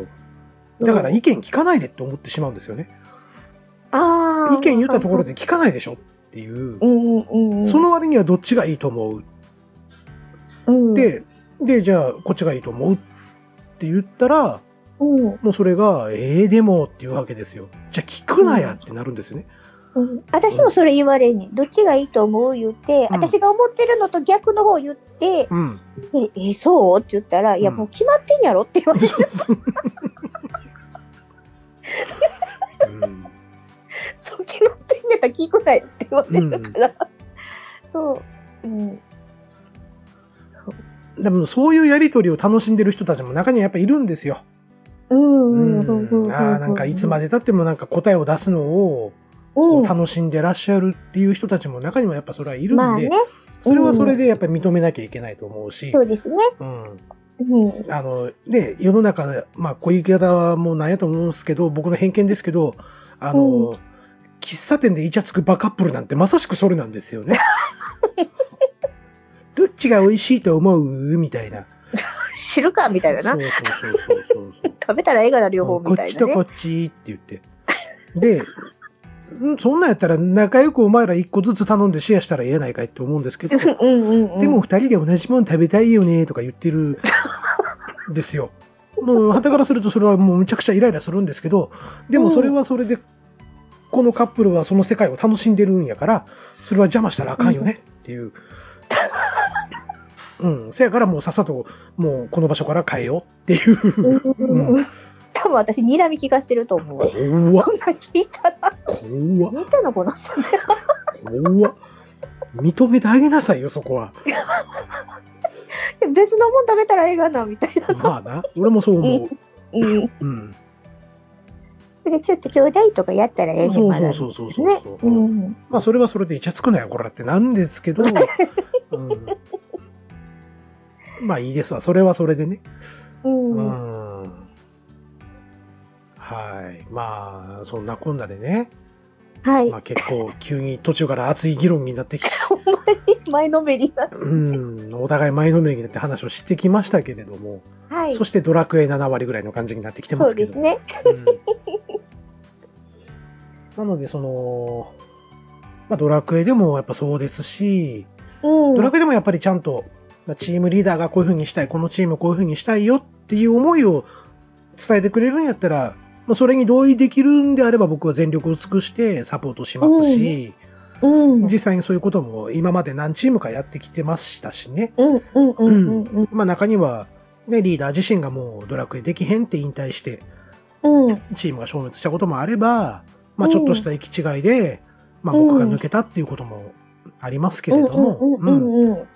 だから意見聞かないでって思ってしまうんですよね。
ああ。
意見言ったところで聞かないでしょっていう
う、んうんうん。
その割にはどっちがいいと思う
うん、
で、で、じゃあこっちがいいと思うって言ったら、
うん、
もうそれが、ええでもっていうわけですよ。じゃあ聞くなやってなるんですよね。
うん。私もそれ言われんねん。どっちがいいと思う言って、
うん
私が思ってるのと逆の方言って、
うん。
でえそうって言ったら、いや、
うん
もう決まってんやろって言われる。
そうそう。うん
そう、決まってんやったら聞くなよって言われるから。そう。うん。そう。
でもそういうやりとりを楽しんでる人たちも中にはやっぱいるんですよ。
うんうんうんうん
う。
うんん。
ああ、なんかいつま
で、
で経ってもなんか答えを出すのを
うん、
楽しんでらっしゃるっていう人たちも中にはやっぱそれはいるんで、
まあね、
それはそれでやっぱり認めなきゃいけないと思うし
そ、うですね。
うん。
うん。
あの、ね、世の中、まあ、こういう言い方はもうなんやと思うんですけど、僕の偏見ですけど、あの、喫茶店でイチャつくバカップルなんてまさしくそれなんですよ
*laughs*
ね。どっちが美味しいと思うみたいな。
知るかみたいな
そ
な。
うそうそうそうそう
食べたら映画な両
そ
方
う。こ
みた
っ
い
ち
な
と
ね
こ。っちって言って。で、んそんなんやったら仲良くお前ら一個ずつ頼んでシェアしたらええやないかいって思うんですけど、
うんうんうん。
でも、二人で同じもの食べたいよねとか言ってるんですよ。もう、旗からするとそれはもうむちゃくちゃイライラするんですけど、でもそれはそれで、このカップルはその世界を楽しんでるんやから、それは邪魔したらあかんよねっ
*laughs*
ていう。うん。せやからもうさっさと、もうこの場所から変えようっていう。
うんうん、多分私、睨み聞かしてると思うわ。
怖っ
こんなん聞いたら、
怖っ
見たのこの人 *laughs* ね。
怖っ認めてあげなさいよ、そこは。
別のもん食べたらええがな、みたいな。
まあな。俺もそう思う。
うん。
うん。
プでちょっとちょうだいとかやったらええねん
そう
ま
そ
だ
う
ね。
そうそうそう。
ね。うん。
まあ、それはそれでイチャつくなよ、こらってなんですけど、うんまあいいですわ、それはそれでね。う
うん。
ん。はい。まあ、そんなこんなでね、
はい
ま。あ結構急に途中から熱い議論になってきて、
前のめりな。
うん、お互い前のめりになって話をしてきましたけれども、
はい。
そしてドラクエ7割ぐらいの感じになってきてま
そう
すけ
で
ど。
すね。
うんなので、その、まあ、ドラクエでもやっぱそうですし、
う
ドラ
ん。
クエでもやっぱりちゃんと、まあチームリーダーがこういう風にしたい、このチームこういう風にしたいよっていう思いを伝えてくれるんやったら、まあ、それに同意できるんであれば僕は全力を尽くしてサポートしますし、
うん。うん
実際にそういうことも今まで何チームかやってきてましたしね。
うんうんうんうん
まあ中には、ね、リーダー自身がもうドラクエできへんって引退して、
うん。うん。
チームが消滅したこともあれば、まあ、ちょっとした行き違いで、まあ、僕が抜けたっていうこともありますけれども、
うんう
うん
んうんうん。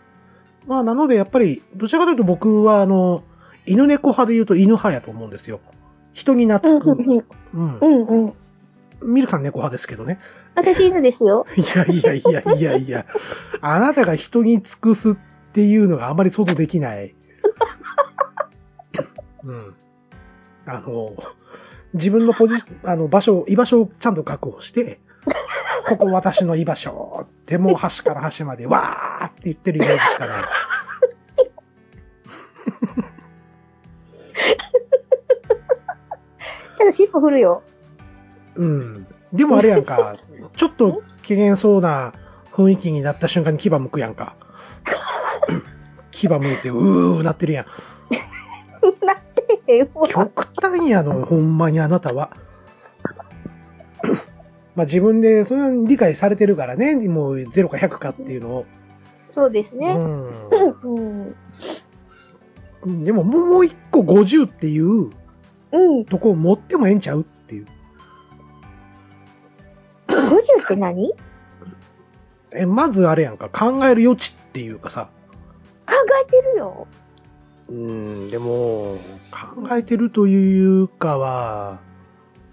まあ、なのでやっぱり、どちらかというと僕は、あの、犬猫派で言うと犬派やと思うんですよ。人に
うん
懐
う
く。
んうん
うん。
うんうん。
ミルさん猫派ですけどね。
私犬ですよ。
いやいやいやいやいや。あなたが人に尽くすっていうのがあまり想像できない。うん。あの、自分のポジ、あの、場所、居場所をちゃんと確保して、ここ私の居場所でもう端から端までわーって言ってるイメージしかない。
ただ尻尾振るよ。
うん。でもあれやんか、ちょっと機嫌そうな雰囲気になった瞬間に牙向くやんか。牙向いて、うーなってるやん。
なってへんわ。
極端やの、ほんまにあなたは。 *coughs* まあ自分でそれは理解されてるからね、もう0か100かっていうのを。
そうですね。うん。
うん。でももう一個50っていう
うん。
とこを持ってもええんちゃうっていう。
50って何考
え、まずあれやんか、考える余地っていうかさ。
えてるよ。
うん、でも、考えてるというかは、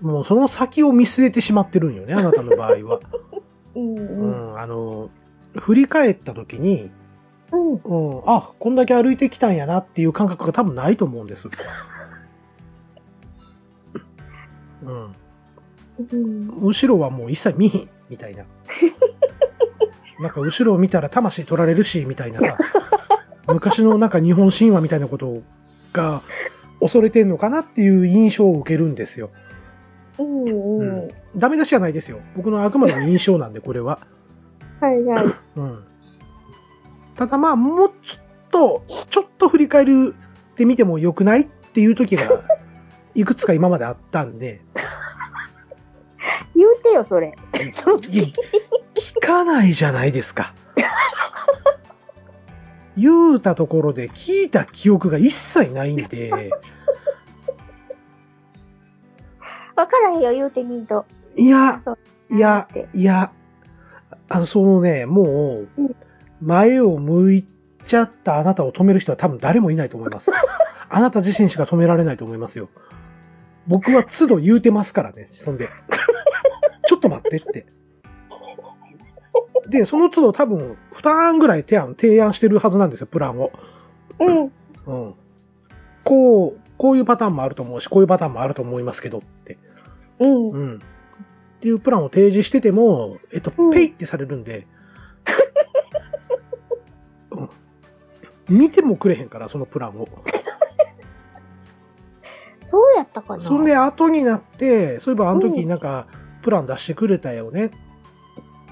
もうその先を見据えてしまってるんよね、あなたの場合は。
うんう
う。
ん。
ん、あの、振り返った時に、
うん。
うん、あ、こんだけ歩いてきたんやなっていう感覚が多分ないと思うんです。うん、
うん。
後ろはもう一切見ひん、
*laughs*
みたいな。なんか後ろを見たら魂取られるし、みたいなさ。昔のなんか日本神話みたいなことが恐れてんのかなっていう印象を受けるんですよ。
うん。うん。
ダメ出しじゃないですよ。僕のあくまでも印象なんで、これは。
はいはい。
うん。ただまあ、もうちょっと、ちょっと振り返るってみても良くないっていう *laughs* 時が、いくつか今まであったんで、
言うてよ、それ。その
いや
時。
聞かないじゃないですか。言うたところで聞いた記憶が一切ないんで、
わからへんよ、言うてみんと。
いや、いや
って、
いや、あの、そのね、も
う
う、前を向いちゃったあなたを止める人は多分誰もいないと思い
*laughs*
ます。あなた自身しか止められないと思いますよ。僕は都度言うてますからね、そん
*laughs*
で。ちょっと待ってって。で、その都度多分、2案ぐらい提案、提案してるはずなんですよ、プランを。
うん。
うん。こう、こういうパターンもあると思うし、こういうパターンもあると思いますけどって。
うん。
うん。っていうプランを提示してても、えっと、
うん
ペイってされるんで、うん見てもくれへんから、そのプランを。
そうやったかな。
そんで、後になって、そういえばあの
う
時
ん
なんか、プラン出してくれたよねっ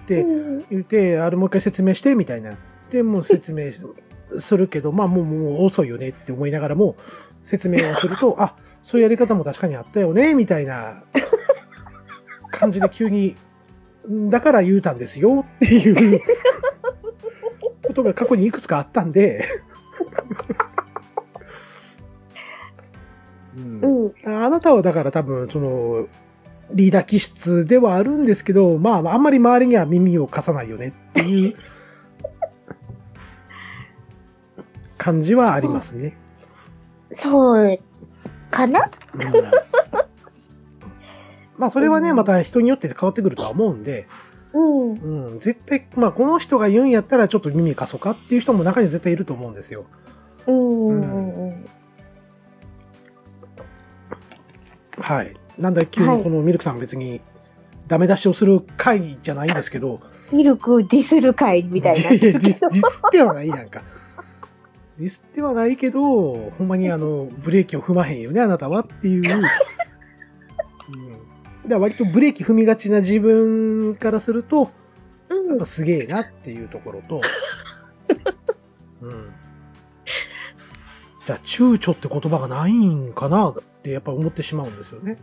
て
うん。
言って、あれもう一回説明して、みたいな。で、もう説明しするけど、まあもう、もう遅いよねって思いながらも、説明をすると、あ、そういうやり方も確かにあったよね、みたいな感じで急に、だから言うたんですよっていうことが過去にいくつかあったんで、うん
うん。
あなたはだから多分、その、リーダー気質ではあるんですけど、まあ、あんまり周りには耳を貸さないよねっていう *laughs* 感じはありますね。
そう、かな
うんまあそれはね、また人によって変わってくるとは思うんで、
うん。
うん、絶対、まあこの人が言うんやったらちょっと耳かそかっていう人も中に絶対いると思うんですよ。
うん。
はい。なんだ、急にこのミルクさん別にダメ出しをする会じゃないんですけど、
ミルクディスる会みたいになっ
や
て
や
る
デ
け
ィス
ど。
ディスってはないやんか。ディスってはないけど、ほんまにあ
*laughs*
の、ブレーキを踏まへんよね、あなたはっていう。うん。だから割とブレーキ踏みがちな自分からすると、や
う
っ
ん
ぱ。すげえなっていうとこ
*laughs*
ろと、うん。じゃあ、躊躇って言葉がないんかなってやっぱ思ってしまうんですよね。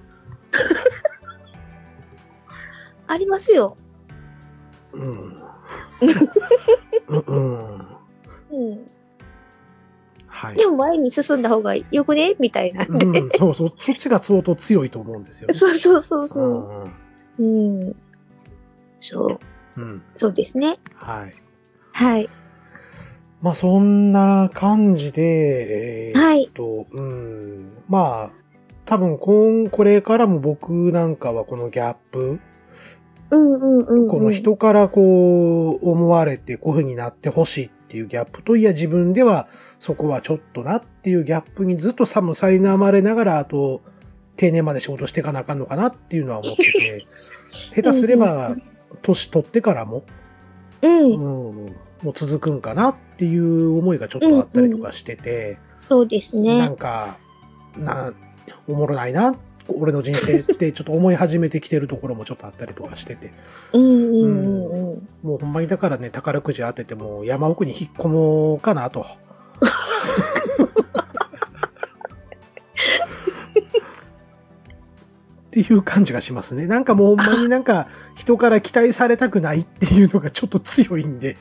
ありますよ。
うん。うん、うん。
うん。
はい。
でも前に進んだ方がよくねみたいなんで。
うん、そうそう、そっちが相当強いと思うんですよ、ね。
そうそうそうそ
うん
う。うん。そう。
うん。うん。
そうですね。
はい。
はい。
まあ、そんな感じで、えー
はい
っと、うん。まあ、多分こん、これからも僕なんかはこのギャップ、
うんうんうん、うん。
この。人からこう、思われてこういう風になってほしいっていうギャップと、いや、自分ではそこはちょっとなっていうギャップにずっとさも苛まれながら、あと、定年まで仕事していかなあかんのかなっていうのは思ってて、下手すれば、年取ってからも、
う
うん
ん。、
もう続くんかなっていう思いがちょっとあったりとかしてて、
そうです
な
ね
ん。か、な、おもろないな、俺の人生ってちょっと思い始めてきてるところもちょっとあったりとかしてて、
うんうんうんうん。
もうほんまにだからね、宝くじ当てても山奥に引っ込もうか *laughs* なと。っていう感じがしますね。なんかもうほんまになんか人から期待されたくないっていうのがちょっと強いんで、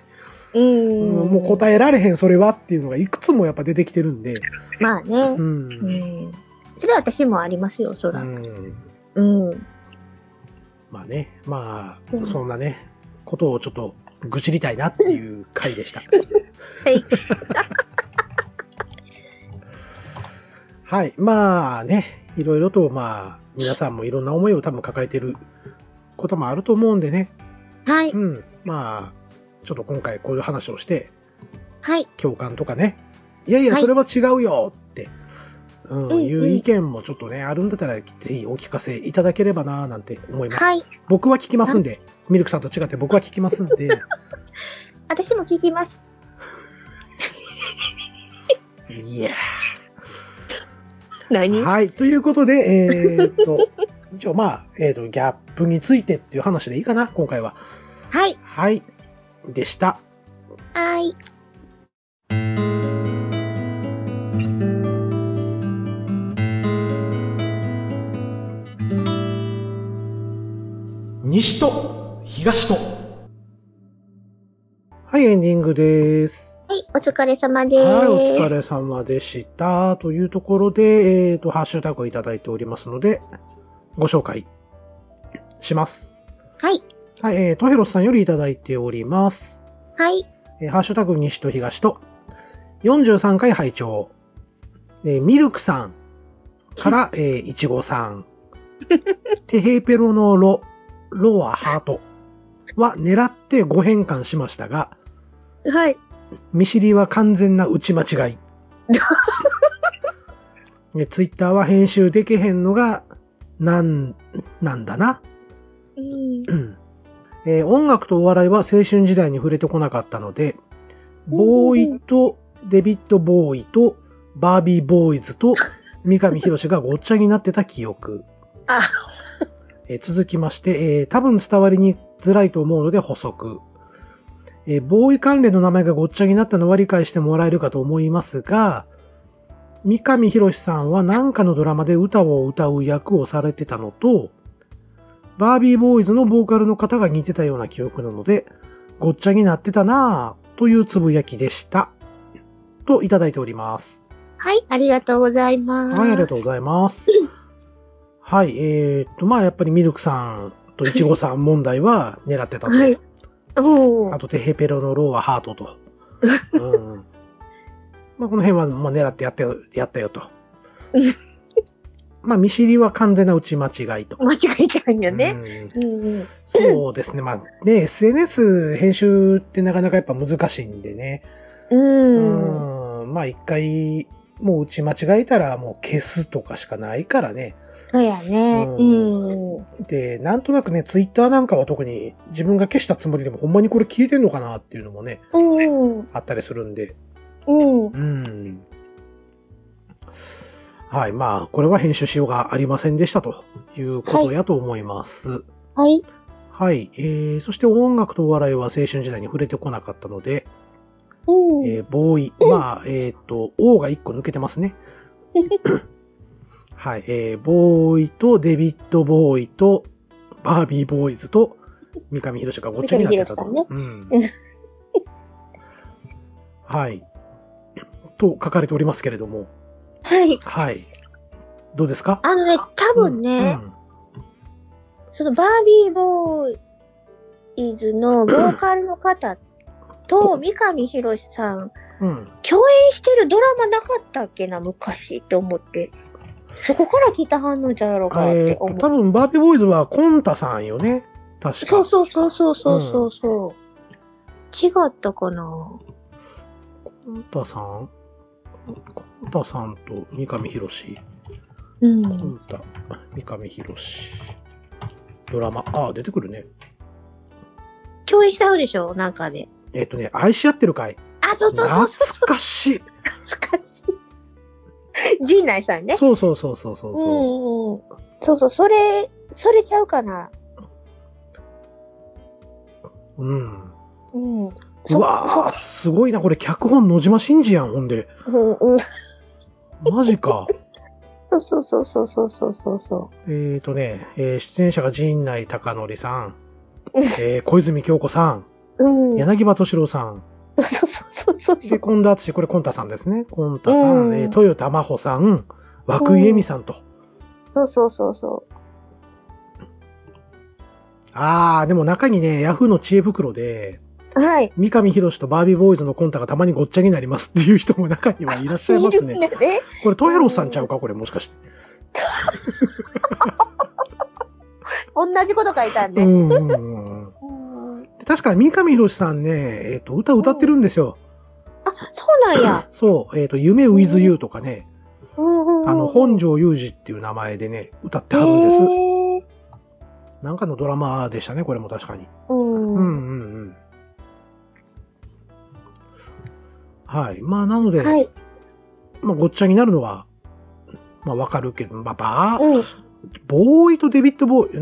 うん。
うんもう答えられへんそれはっていうのがいくつもやっぱ出てきてるんで、
まあね
う。。
うんん。それは私もありますよ、そうら。
ん
うん。
まあね、ま
う
あ、
ん
そんなね、ことをちょっと愚痴りたいなっていう回でした。
はい。
*laughs* はい。まあね、いろいろと、まあ、皆さんもいろんな思いを多分抱えてることもあると思うんでね。。
はいう
ん。まあ、ちょっと今回こういう話をして、
はい。
共感とかね。いやいや、
はい
それは違うよって、うん、
うん
いう意見もちょっとね、あるんだったら、ぜひお聞かせいただければなぁなんて思います。
はい。
僕は聞きますんで。ミルクさんと違って僕は聞きますん *laughs* で。
私も聞きます。
いや
何
はい。ということで、えーっと、 *laughs* 一応まあ、えーっと、ギャップについてっていう話でいいかな、今回は。
はい。
はい。でした。
はい。
西と東と。はい、エンディングです。
はい。お疲れ様で
はい、お疲
ー
れ様でした。というところで、えーっと、ハッシュタグいただいておりますので、ご紹介します。
す。はい。
はい、えー、トヘロスさんよりいただいております。
はい。
えーハッシュタグ西と東と、43回拝聴、えーミルクさんから、えー、いちごさん、テヘペロのロ、ロはハートは狙ってご変換しましたが、
はい。
見知りは完全な打ち間違い。えツイッターは編集できへんのが、なん、なんだな。
うん。
うんえー音楽とお笑いは青春時代に触れてこなかったので、ボーイとデビッド・ボーイとバービー・ボーイズと三上博史がごっちゃになってた記憶。
あ、
えー続きまして、えー多分伝わりにづらいと思うので補足。えーボーイ関連の名前がごっちゃになったのは理解してもらえるかと思いますが、三上博史さんは何かのドラマで歌を歌う役をされてたのと、バービーボーイズのボーカルの方が似てたような記憶なので、ごっちゃになってたなぁというつぶやきでした。といただいております。
はい。ありがとうございます。
はい、ありがとうございます。はい、えーっと、まあ、やっぱりミルクさんとイチゴさん問題は狙ってたと。
はいおー
あと、テヘペロのローはハートと。うん。まあ、この辺は、まあ、狙ってやって、やったよと。まあ、見知りは完全な打ち間違いと。
間違いないよね。
うん
うんうん。
そうですね。まあね、SNS 編集ってなかなかやっぱ難しいんでね。
うん。
うんまあ一回、もう打ち間違えたらもう消すとかしかないからね。
そうやね。
う
うん。
で、なんとなくね、ツイッターなんかは特に自分が消したつもりでもほんまにこれ消えてんのかなっていうのもね、
うん。
あったりするんで。
うん。
うん。はい。まあ、これは編集しようがありませんでしたということやと思います。
はい。
はい、えー、そして音楽とお笑いは青春時代に触れてこなかったので、
うん。
えー、ボーイ、まあ、えっ、と、O が1個抜けてますね。はい、えー、ボーイとデビッド・ボーイとバービー・ボーイズと三上博史がごっちゃになってたと。
三上
うん
うん。
はい。と書かれておりますけれども、
はい。
はい。どうですか
あのね、多分ね、
うん
そのバービーボーイズのボーカルの方と三上博史さん、
うん。うん
共演してるドラマなかったっけな、昔って思って。そこから聞いた反応じゃやろうかっ
え
て
ー
思
と、
う。
多分バービーボーイズはコンタさんよね。確か。
そうそうそうそうそうそう。う違ったかな
コンタさんコンタさんと三上博史。
うん。
コンタ、三上博史。ドラマ、ああ、出てくるね。
共演したよでしょなんかね。
えっ、とね、愛し合ってる回。
あ、そうそうそう
懐
そう。
かしい。
懐かしい。陣内さんね。
そうそうそうそうそう
う
そう、
んうん。そうそう、それ、それちゃうかな。
うん。
うん。
う
そ
わあ、すごいな、これ脚本野島真司やん、ほんで。
うんうん。
マジ
*laughs*
か。
そうそうそうそうそうそうそ
えっとね、えー出演者が陣内孝則さん、えー小泉京子さん、
う。うん。
柳葉敏郎さん、
そうそうそうそ
で、
う。
近田敦これ、コンタさんですね。コンタさん、
うん
えー豊田真帆さん、涌井絵美さんと。
そうそうそうそう。
あー、でも中にね、ヤフーの知恵袋で、
はい。
三上博史とバービーボーイズのコンタがたまにごっちゃになりますっていう人も中にはいらっしゃいま
い
す
る
ね。
んだね。
これ、トヤロさんちゃうかこれ、もしかして。
同じこと書いたん
う
で。
んうんうんうん。
うん。
で確か、三上博史さんね、えっ、と、歌歌ってるんですよ。
あ、そうなんや。
そう、えっ、と、夢 with you とかね、
うんうんうん。
あの、本庄裕二っていう名前でね、歌ってはるんです。
へー
なんかのドラマでしたね、これも確かに。
うん。
う
うん。
んうんうん。はい。まあ、なので、
はい。
まあ、ごっちゃになるのは、まあ、わかるけど、まあ、ばー、
うん。
ボーイとデビッドボーイ、う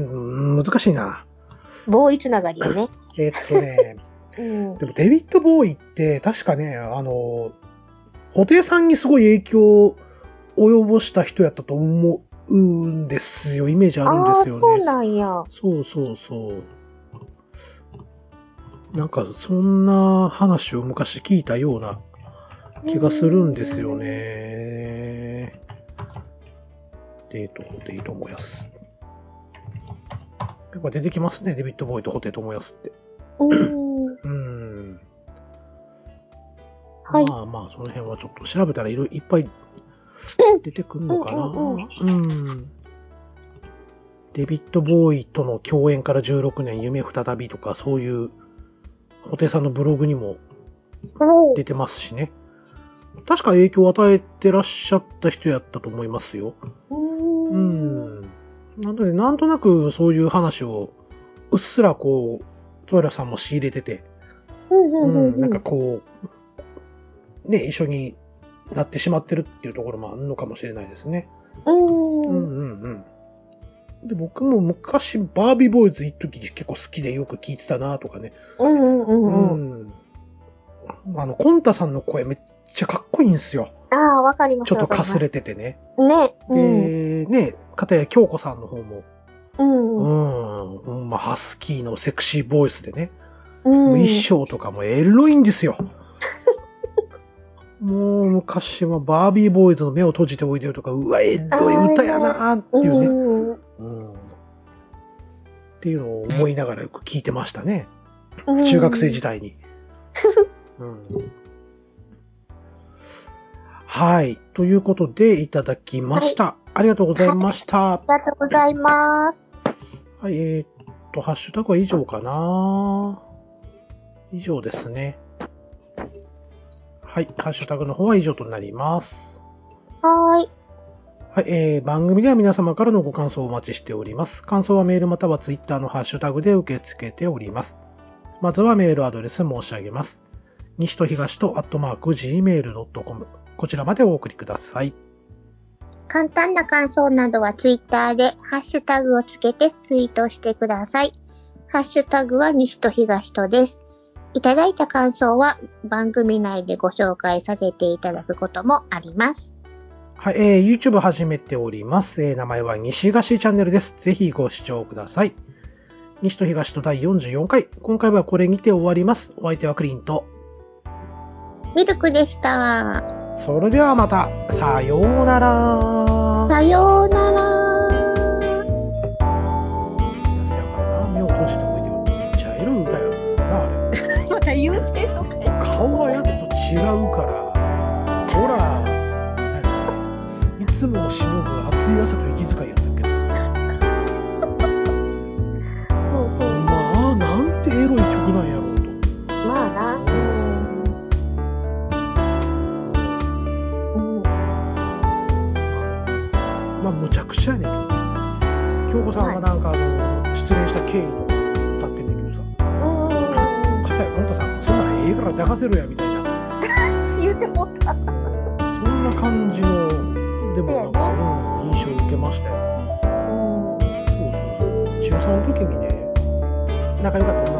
ん、難しいな。
棒つながりよね。
えっとね、 *laughs*
うん。
でもデビッドボーイって、確かね、あの、布袋さんにすごい影響を及ぼした人やったと思うんですよ。イメージあ
あ
るん
あ、
ですよね。
そうなんや。
そうそうそう。なんか、そんな話を昔聞いたような気がするんですよね。デート、デートモヤス。やっぱ出てきますね、デビッド・ボーイとホテイト・モヤスって。
うん。うん。
うん。
はい
まあまあ、その辺はちょっと調べたらいろいろいっぱい出てくるのかな。
うんうん
うんデビッド・ボーイとの共演から16年、夢再びとか、そういう、布袋さんのブログにも出てますしね。確か影響を与えてらっしゃった人やったと思いますよ。う
うん。
ん。なので、なんとなくそういう話を、うっすらこう、トイラさんも仕入れてて、
うんう
うん、
うんん。
なんかこう、ね、一緒になってしまってるっていうところもあるのかもしれないですね。う
うん。
んうんうん。で、僕も昔、バービーボーイズ一時結構好きでよく聞いてたなとかね。
うんう
うん
うん。
ん。あの、コンタさんの声めっちゃかっこいいんですよ。
ああ、わかります
ちょっと
わ
か
ります
れててね。
ね。うん。
で、ね、片や京子さんの方も、
うん。
うん、うん、まあ、ハスキーのセクシーボイスでね。
うん。
衣装とかもエロいんですよ。 *laughs* もう昔はバービーボーイズの目を閉じておいでよとか、うわ、エロい歌やなーっていうね。
うん。
うんっていうのを思いながらよく聞いてましたね。中学生時
代。
代に。うんはい。ということで、いただきました。ありがとうございました。
ありがとうございます。
はい、えーっと、ハッシュタグは以上かな以上ですね。はい、ハッシュタグの方は以上となります。
はーい。
はい、えー、番組では皆様からのご感想をお待ちしております。感想はメールまたはツイッターのハッシュタグで受け付けております。まずはメールアドレス申し上げます。西と東とアットマーク gmail.com こちらまでお送りください。
簡単な感想などはツイッターで、ハッシュタグをつけてツイートしてください。ハッシュタグは西と東とです。いただいた感想は番組内でご紹介させていただくこともあります。
はい、えー、YouTube 始めております。えー名前は西菓子チャンネルです。ぜひご視聴ください。西と東と第44回。今回はこれにて終わります。お相手はクリント。
ミルクでした。
それではまた、さようなら。
さようなら。
せやからな、目を閉じておいてよ。めっちゃエロい歌やろな、あれ。
まだ言うてんのかよ。
顔はやつと違うから。ほら、いつもをしのぐ熱い朝と息遣いやったけど。
ほうほう
まあ、なんてエロい曲なんやろうと。
まあな。うん。うん。
まあ、むちゃくちゃやねんけど。京子さんがなんか、あの、失恋した経緯とか歌ってんねんけどさ。かたやコンタさん、そんなんええから抱かせろや、みたいな。
言うてもった。
そんな感じの、でもなんか、
だ
うん、印象を受けましたよ。
うん。
そうそうそう。中3の時にね、仲良かった女の